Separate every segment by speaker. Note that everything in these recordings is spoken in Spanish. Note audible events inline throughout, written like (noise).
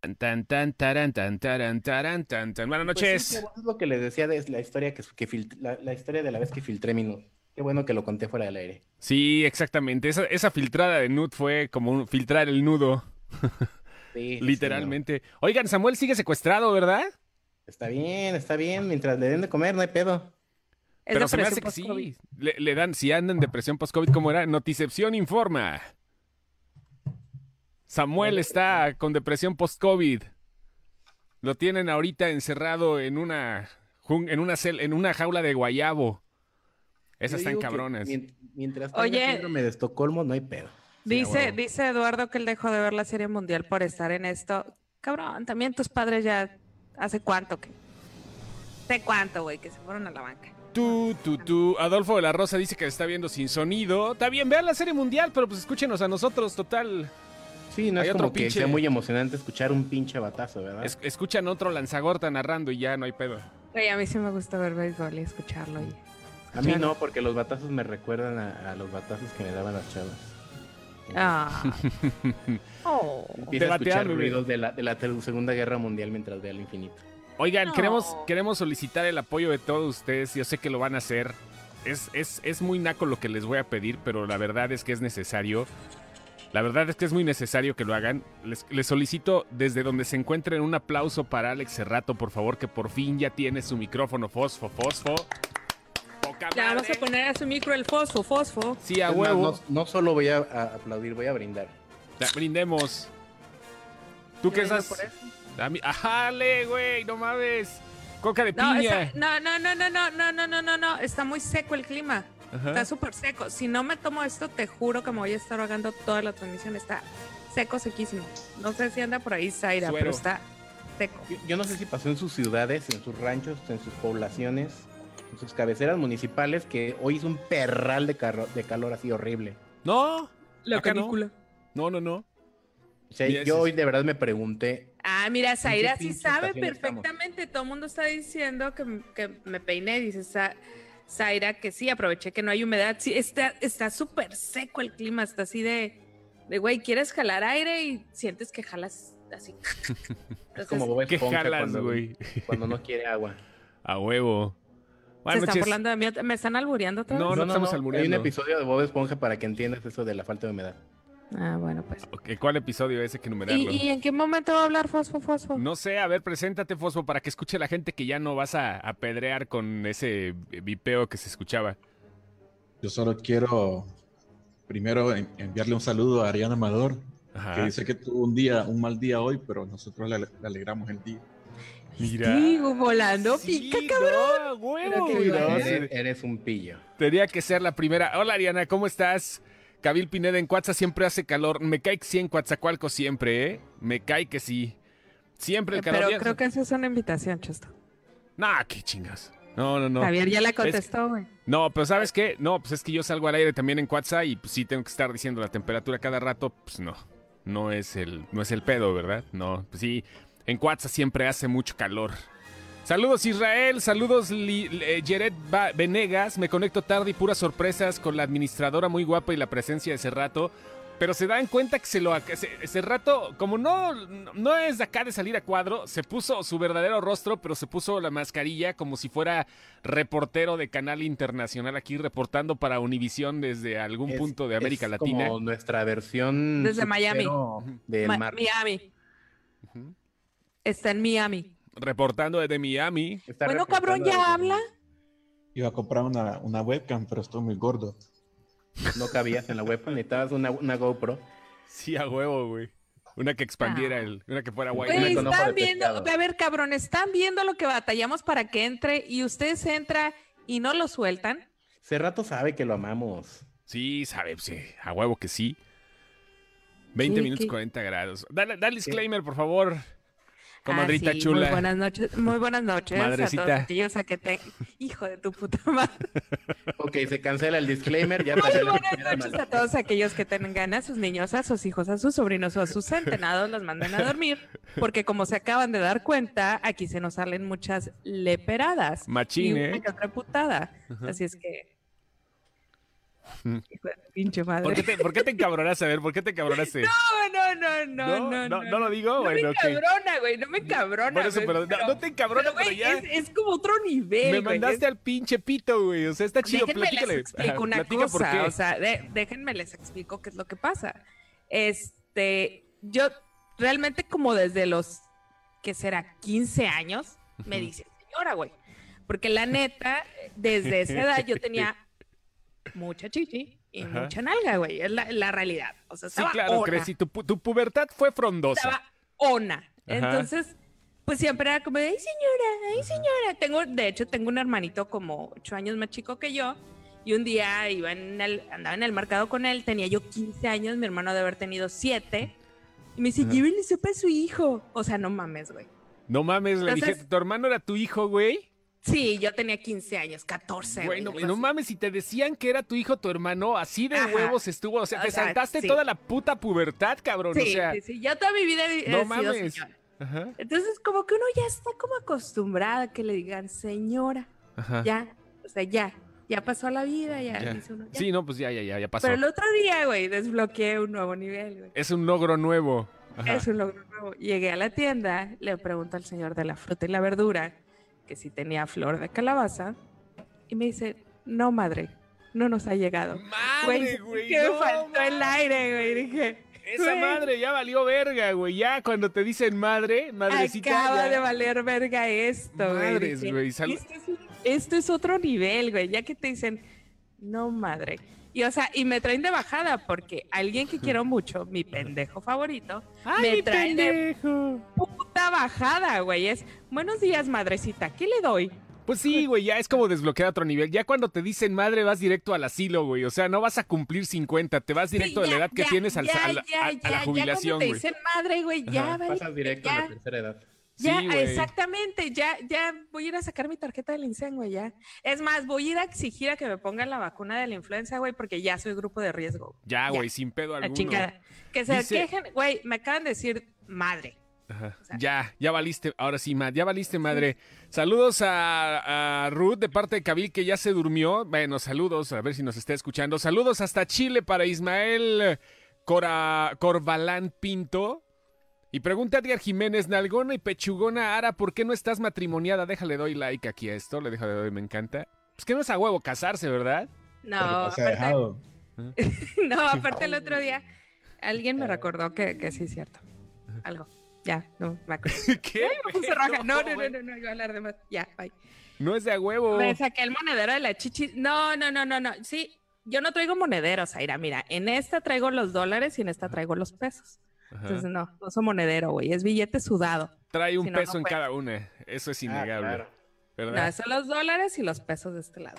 Speaker 1: Tan, tan, tan, taran, tan, taran, taran, tan, tan. Buenas
Speaker 2: Pues sí, qué
Speaker 1: noches.
Speaker 2: bueno es lo que les decía de la historia que, que fil- la, la historia de la vez que filtré mi nude. Qué bueno que lo conté fuera del aire.
Speaker 1: Sí, exactamente. Esa, esa filtrada de nude fue como un- filtrar el nudo,
Speaker 2: Sí, sí,
Speaker 1: literalmente. Oigan, Samuel sigue secuestrado, ¿verdad?
Speaker 2: no. Está bien, está bien. Mientras le den de comer, no hay pedo.
Speaker 3: Es
Speaker 1: Pero se me
Speaker 3: depresión
Speaker 1: hace que
Speaker 3: post-COVID.
Speaker 1: sí. Le, le dan, si andan en depresión post-COVID, ¿cómo era? Noticepción informa. Samuel
Speaker 2: eh,
Speaker 1: está con depresión post-COVID. Lo tienen ahorita encerrado en una, jun- en una, cel- en una jaula de guayabo.
Speaker 2: Yo
Speaker 1: Esas
Speaker 2: digo
Speaker 1: están
Speaker 2: que
Speaker 1: cabronas.
Speaker 2: mien- Mientras tenga
Speaker 3: Oye.
Speaker 2: síndrome de Estocolmo, no hay pedo.
Speaker 3: Dice, dice Eduardo que él dejó de ver la serie mundial por estar en esto. Cabrón, también tus padres ya hace cuánto que. ¿Hace cuánto, güey? Que se fueron a la banca.
Speaker 1: Tú, tú, tú. Adolfo de la Rosa dice que está viendo sin sonido. Está bien, vean la serie mundial, pero pues escúchenos a nosotros, total.
Speaker 2: Sí, no
Speaker 1: Hay
Speaker 2: es
Speaker 1: otro
Speaker 2: como que
Speaker 1: pinche-
Speaker 2: sea muy emocionante escuchar un pinche batazo, ¿verdad?
Speaker 1: Es- escuchan otro lanzagorta narrando y ya no hay pedo.
Speaker 3: Güey, a mí sí me gusta ver béisbol y escucharlo. y-
Speaker 2: A mí no, porque los batazos me recuerdan a, a los batazos que me daban las chavas.
Speaker 3: Ah.
Speaker 1: (laughs)
Speaker 3: Oh.
Speaker 2: Empieza a escuchar
Speaker 1: Debateable, güey.
Speaker 2: ruidos de la, de la ter- Segunda Guerra Mundial mientras ve al infinito.
Speaker 1: Oigan,
Speaker 3: No.
Speaker 1: queremos, queremos solicitar el apoyo de todos ustedes. Yo sé que lo van a hacer. Es, es, es muy naco lo que les voy a pedir, pero la verdad es que es necesario. La verdad es que es muy necesario que lo hagan. Les, les solicito desde donde se encuentren un aplauso para Alex Cerrato, por favor, que por fin ya tiene su micrófono fosfo, fosfo. Poca
Speaker 3: Le vamos a
Speaker 1: madre.
Speaker 3: poner a su micro el fosfo, fosfo.
Speaker 1: Sí, a
Speaker 2: Es más,
Speaker 1: huevo.
Speaker 2: no, no solo voy a, a aplaudir, voy a brindar.
Speaker 1: Ya, Brindemos. ¿Tú qué estás? A mí- ¡Ajale, güey! ¡No mames! ¡Coca de
Speaker 3: No,
Speaker 1: piña!
Speaker 3: está- no, no, no, no, no, no, no, no, no, no. Está muy seco el clima.
Speaker 1: Ajá.
Speaker 3: Está súper seco. Si no me tomo esto, te juro que me voy a estar ahogando toda la transmisión. Está seco, sequísimo. No sé si anda por ahí Zaira,
Speaker 1: Suero.
Speaker 3: pero está seco.
Speaker 2: Yo, yo no sé si pasó en sus ciudades, en sus ranchos, en sus poblaciones, en sus cabeceras municipales, que hoy es un perral de, carro- de calor así horrible.
Speaker 1: No, Acá no. No, no, no.
Speaker 2: O sea,
Speaker 1: Mira,
Speaker 2: yo
Speaker 1: ese-
Speaker 2: hoy de verdad me pregunté,
Speaker 3: Ah, mira, Zaira sí
Speaker 2: pinche
Speaker 3: sabe
Speaker 2: estación estamos?
Speaker 3: perfectamente. Todo el mundo está diciendo que, que me peiné. Dice Za- Zaira que sí, aproveché que no hay humedad. Sí, está está súper seco el clima. Está así de, de, güey, quieres jalar aire y sientes que jalas
Speaker 2: (laughs)
Speaker 3: así.
Speaker 2: es
Speaker 3: Entonces,
Speaker 2: como Bob
Speaker 1: ¿Qué
Speaker 2: Esponja
Speaker 1: Pues jalas,
Speaker 2: cuando,
Speaker 1: güey?
Speaker 2: (laughs) cuando no quiere agua.
Speaker 1: A huevo.
Speaker 3: se
Speaker 1: Buenas
Speaker 3: están
Speaker 1: noches.
Speaker 3: burlando de mí. ¿Me están albureando otra
Speaker 1: No,
Speaker 3: vez?
Speaker 1: no, estamos
Speaker 2: Hay un
Speaker 1: albureando.
Speaker 2: episodio de Bob Esponja para que entiendas eso de la falta de humedad.
Speaker 3: Ah, bueno, pues.
Speaker 1: Ok, ¿Cuál episodio ese que
Speaker 3: ¿Y,
Speaker 1: numerarlo?
Speaker 3: y en qué momento va a hablar Fosfo Fosfo?
Speaker 1: No sé, a ver, preséntate, Fosfo, para que escuche la gente que ya no vas a apedrear con ese vipeo que se escuchaba.
Speaker 4: Yo solo quiero primero en- enviarle un saludo a Ariana Amador, que
Speaker 1: Ajá.
Speaker 4: dice que tuvo un día, un mal día hoy, pero nosotros le, ale- le alegramos el día.
Speaker 1: Mira.
Speaker 3: Digo, volando pica,
Speaker 1: cabrón.
Speaker 3: Pero qué
Speaker 2: Eres,
Speaker 3: Sí.
Speaker 2: eres un pillo.
Speaker 1: Tenía que ser la primera. Hola, Ariana, ¿cómo estás? Kabil Pineda en Cuatza siempre hace calor. Me cae que sí en Coatzacoalco siempre, ¿eh? Me cae que sí. Siempre el calor.
Speaker 3: Eh, Pero
Speaker 1: Ya-
Speaker 3: creo que eso es una invitación, Chusto.
Speaker 1: Nah, qué chingas. No, no, no.
Speaker 3: Javier ya la
Speaker 1: contestó,
Speaker 3: contestó, güey.
Speaker 1: No, pero ¿sabes qué? No, pues es que yo salgo al aire también en WhatsApp y pues sí tengo que estar diciendo la temperatura cada rato, pues no. No es el, no es el pedo, ¿verdad? No, pues sí, en WhatsApp siempre hace mucho calor. Saludos Israel, saludos Li- eh, Jared Ba- Venegas, me conecto tarde y puras sorpresas con la administradora muy guapa y la presencia de Cerrato, pero se dan cuenta que se lo ac- se- Cerrato, como no, no es de acá de salir a cuadro, se puso su verdadero rostro, pero se puso la mascarilla como si fuera reportero de Canal Internacional aquí reportando para Univisión desde algún
Speaker 2: Es-
Speaker 1: punto de América
Speaker 2: es
Speaker 1: Latina.
Speaker 2: Como nuestra versión
Speaker 3: Desde Miami.
Speaker 2: subcero del
Speaker 3: Ma-
Speaker 2: mar.
Speaker 3: Miami.
Speaker 1: Ujú.
Speaker 3: Está en Miami.
Speaker 1: Reportando desde Miami.
Speaker 2: Está
Speaker 3: bueno, cabrón,
Speaker 2: representando
Speaker 3: ya
Speaker 2: a-
Speaker 3: habla.
Speaker 4: Iba a comprar una, una webcam, pero estoy muy gordo.
Speaker 2: No cabías en la web, necesitabas una, una GoPro.
Speaker 1: Sí, a huevo, güey. Una que expandiera,
Speaker 3: Ah.
Speaker 1: el, una que fuera
Speaker 2: Güey,
Speaker 1: guay.
Speaker 3: Güey,
Speaker 2: con ojo
Speaker 3: están
Speaker 2: de
Speaker 3: viendo,
Speaker 2: pescado.
Speaker 3: a ver, cabrón, están viendo lo que batallamos para que entre y ustedes entra y no lo sueltan.
Speaker 2: Cerrato sabe que lo amamos.
Speaker 1: Sí, sabe, sí, a huevo que sí. 20
Speaker 3: Sí,
Speaker 1: minutos
Speaker 3: que-
Speaker 1: 40 grados. Dale, dale disclaimer, por favor. Comadrita
Speaker 3: Ah, sí,
Speaker 1: chula.
Speaker 3: Muy buenas noches, muy buenas noches
Speaker 1: Madrecita.
Speaker 3: a todos aquellos a que te... Hijo de tu puta madre.
Speaker 2: Ok, se cancela el disclaimer,
Speaker 3: (laughs)
Speaker 2: ya
Speaker 3: Muy
Speaker 2: pasé la
Speaker 3: buenas
Speaker 2: primera
Speaker 3: noches
Speaker 2: mala-
Speaker 3: a todos aquellos que tengan a sus niños, a sus hijos, a sus sobrinos o a sus centenados, los manden a dormir, porque como se acaban de dar cuenta, aquí se nos salen muchas leperadas.
Speaker 1: Machín,
Speaker 3: y
Speaker 1: ¿eh?
Speaker 3: una que otra putada. Así es que
Speaker 1: Mm.
Speaker 3: Hijo de Pinche madre.
Speaker 1: ¿Por qué te, por qué te encabronaste? A ver, ¿por qué te encabronaste?
Speaker 3: No, (laughs) no, no, no, no.
Speaker 1: no, no lo digo.
Speaker 3: No me
Speaker 1: bueno, ok.
Speaker 3: encabrona, güey, no me encabrona.
Speaker 1: Por eso,
Speaker 3: güey,
Speaker 1: pero, no, no te encabrona,
Speaker 3: pero,
Speaker 1: pero
Speaker 3: güey,
Speaker 1: ya.
Speaker 3: es, es como otro nivel,
Speaker 1: Me
Speaker 3: güey, es-
Speaker 1: mandaste al pinche pito, güey. O sea, está chido,
Speaker 3: Déjenme
Speaker 1: platícale.
Speaker 3: les explico
Speaker 1: Ajá,
Speaker 3: una
Speaker 1: platica por
Speaker 3: cosa,
Speaker 1: qué.
Speaker 3: o sea, de- déjenme les explico qué es lo que pasa. Este, yo realmente como desde los, ¿qué será? 15 años, me
Speaker 1: Ujú.
Speaker 3: dice señora, güey. Porque la neta, desde esa edad yo
Speaker 1: (laughs)
Speaker 3: tenía mucha chichi y
Speaker 1: Ajá.
Speaker 3: mucha nalga, güey. Es la, la realidad. O sea,
Speaker 1: sí,
Speaker 3: estaba
Speaker 1: claro,
Speaker 3: ona,
Speaker 1: Cresci, tu, pu- tu pubertad fue frondosa.
Speaker 3: Estaba ona.
Speaker 1: Ajá.
Speaker 3: Entonces, pues siempre era como, de, ay señora, ay señora. Tengo, de hecho, tengo un hermanito como ocho años más chico que yo. Y un día iba en el- andaba en el mercado con él, tenía yo 15 años, mi hermano de haber tenido 7. Y me dice,
Speaker 1: Ajá.
Speaker 3: llévenle sopa a su hijo. O sea, no mames, güey.
Speaker 1: No mames, le
Speaker 3: Entonces-
Speaker 1: dije, tu hermano era tu hijo, güey.
Speaker 3: Sí, yo tenía 15 años, 14.
Speaker 1: Güey, no,
Speaker 3: algo
Speaker 1: no
Speaker 3: así.
Speaker 1: mames, si te decían que era tu hijo, tu hermano, así de
Speaker 3: Ajá.
Speaker 1: huevos estuvo. O sea,
Speaker 3: O
Speaker 1: te
Speaker 3: sea,
Speaker 1: saltaste
Speaker 3: sí.
Speaker 1: toda la puta pubertad, cabrón.
Speaker 3: Sí,
Speaker 1: o sea,
Speaker 3: sí, sí, yo toda mi vida he
Speaker 1: no
Speaker 3: sido
Speaker 1: mames.
Speaker 3: señora.
Speaker 1: ajá,
Speaker 3: Entonces, como que uno ya está como acostumbrada a que le digan señora.
Speaker 1: ajá.
Speaker 3: ya, o sea, ya, ya pasó la vida, ya,
Speaker 1: Ah. Ya.
Speaker 3: dice uno, ya.
Speaker 1: Sí, no, pues ya, ya, ya, ya pasó.
Speaker 3: Pero el otro día, güey, desbloqueé un nuevo nivel, güey.
Speaker 1: Es un logro nuevo. Ajá.
Speaker 3: Es un logro nuevo. Llegué a la tienda, le pregunto al señor de la fruta y la verdura que si tenía flor de calabaza y me dice, no, madre, no nos ha llegado.
Speaker 1: Madre, güey.
Speaker 3: que me
Speaker 1: no
Speaker 3: faltó el
Speaker 1: mames.
Speaker 3: aire, güey. Dije,
Speaker 1: Esa
Speaker 3: güey.
Speaker 1: madre ya valió verga, güey. Ya cuando te dicen madre, madrecita.
Speaker 3: acaba
Speaker 1: ya.
Speaker 3: de valer verga esto, güey.
Speaker 1: Madres,
Speaker 3: Dije,
Speaker 1: güey, sal-
Speaker 3: Esto, es un- esto es otro nivel, güey. Ya que te dicen, no madre. Y o sea, y me traen de bajada porque alguien que quiero mucho, mi pendejo favorito,
Speaker 1: Ay,
Speaker 3: me
Speaker 1: mi
Speaker 3: traen de-
Speaker 1: pendejo.
Speaker 3: puta bajada, güey. Es buenos días, madrecita. ¿Qué le doy?
Speaker 1: Pues sí, güey, ya es como desbloquear otro nivel. Ya cuando te dicen madre, vas directo al asilo, güey. O sea, no vas a cumplir 50, te vas directo
Speaker 3: Sí,
Speaker 1: a la
Speaker 3: ya,
Speaker 1: edad que
Speaker 3: ya,
Speaker 1: tienes al-
Speaker 3: ya,
Speaker 1: a, la,
Speaker 3: ya,
Speaker 1: a- a
Speaker 3: ya,
Speaker 1: la
Speaker 3: ya
Speaker 1: jubilación,
Speaker 3: cuando te
Speaker 1: güey.
Speaker 3: dicen madre, güey, ya,
Speaker 1: Ajá.
Speaker 3: vale,
Speaker 2: Pasas directo a
Speaker 3: ya.
Speaker 2: la tercera edad.
Speaker 1: Sí,
Speaker 3: Ya,
Speaker 1: güey.
Speaker 3: exactamente, ya, ya voy a ir a sacar mi tarjeta del INSEN, güey, ya. Es más, voy a ir a exigir a que me pongan la vacuna de la influenza, güey, porque ya soy grupo de riesgo.
Speaker 1: Ya,
Speaker 3: Ya.
Speaker 1: güey, sin pedo
Speaker 3: La
Speaker 1: alguno.
Speaker 3: chingada. Que se
Speaker 1: Dice-
Speaker 3: quejen, güey, me acaban de decir madre.
Speaker 1: Ajá.
Speaker 3: O sea-
Speaker 1: Ya, ya valiste, ahora sí, Matt, ya valiste madre. Saludos a, a Ruth de parte de Kabil que ya se durmió. Bueno, saludos, a ver si nos está escuchando. Saludos hasta Chile para Ismael Cora, Corbalán Pinto. Y pregunta Edgar Jiménez, Nalgona y Pechugona Ara, ¿por qué no estás matrimoniada? Déjale doy like aquí a esto, le dejo de doy, me encanta. Pues que no es a huevo casarse,
Speaker 3: (laughs)
Speaker 1: ¿verdad?
Speaker 3: No,
Speaker 4: Porque no pues, se
Speaker 3: Ah,
Speaker 4: ha
Speaker 3: aparte,
Speaker 4: dejado.
Speaker 3: (laughs) no, aparte el otro día alguien me recordó que, que sí es cierto. Algo. Ya, no, me acuerdo.
Speaker 1: (laughs) ¿Qué?
Speaker 3: Me puse roja. No, no, no,
Speaker 1: güey.
Speaker 3: no, no, iba a hablar de más. Ya, bye.
Speaker 1: No es de a huevo.
Speaker 3: Me saqué el monedero de la chichi. No, no, no, no, no. Sí, yo no traigo monederos, Aira. Mira, en esta traigo los dólares y en esta traigo los pesos.
Speaker 1: Ajá.
Speaker 3: Entonces, no, no soy monedero, güey. Es billete sudado.
Speaker 1: Trae un
Speaker 3: si no, no
Speaker 1: peso en
Speaker 3: puedes.
Speaker 1: cada una, eso es innegable,
Speaker 2: Ah, claro.
Speaker 1: ¿verdad?
Speaker 3: No, son los dólares y los pesos de
Speaker 1: (laughs)
Speaker 3: este lado.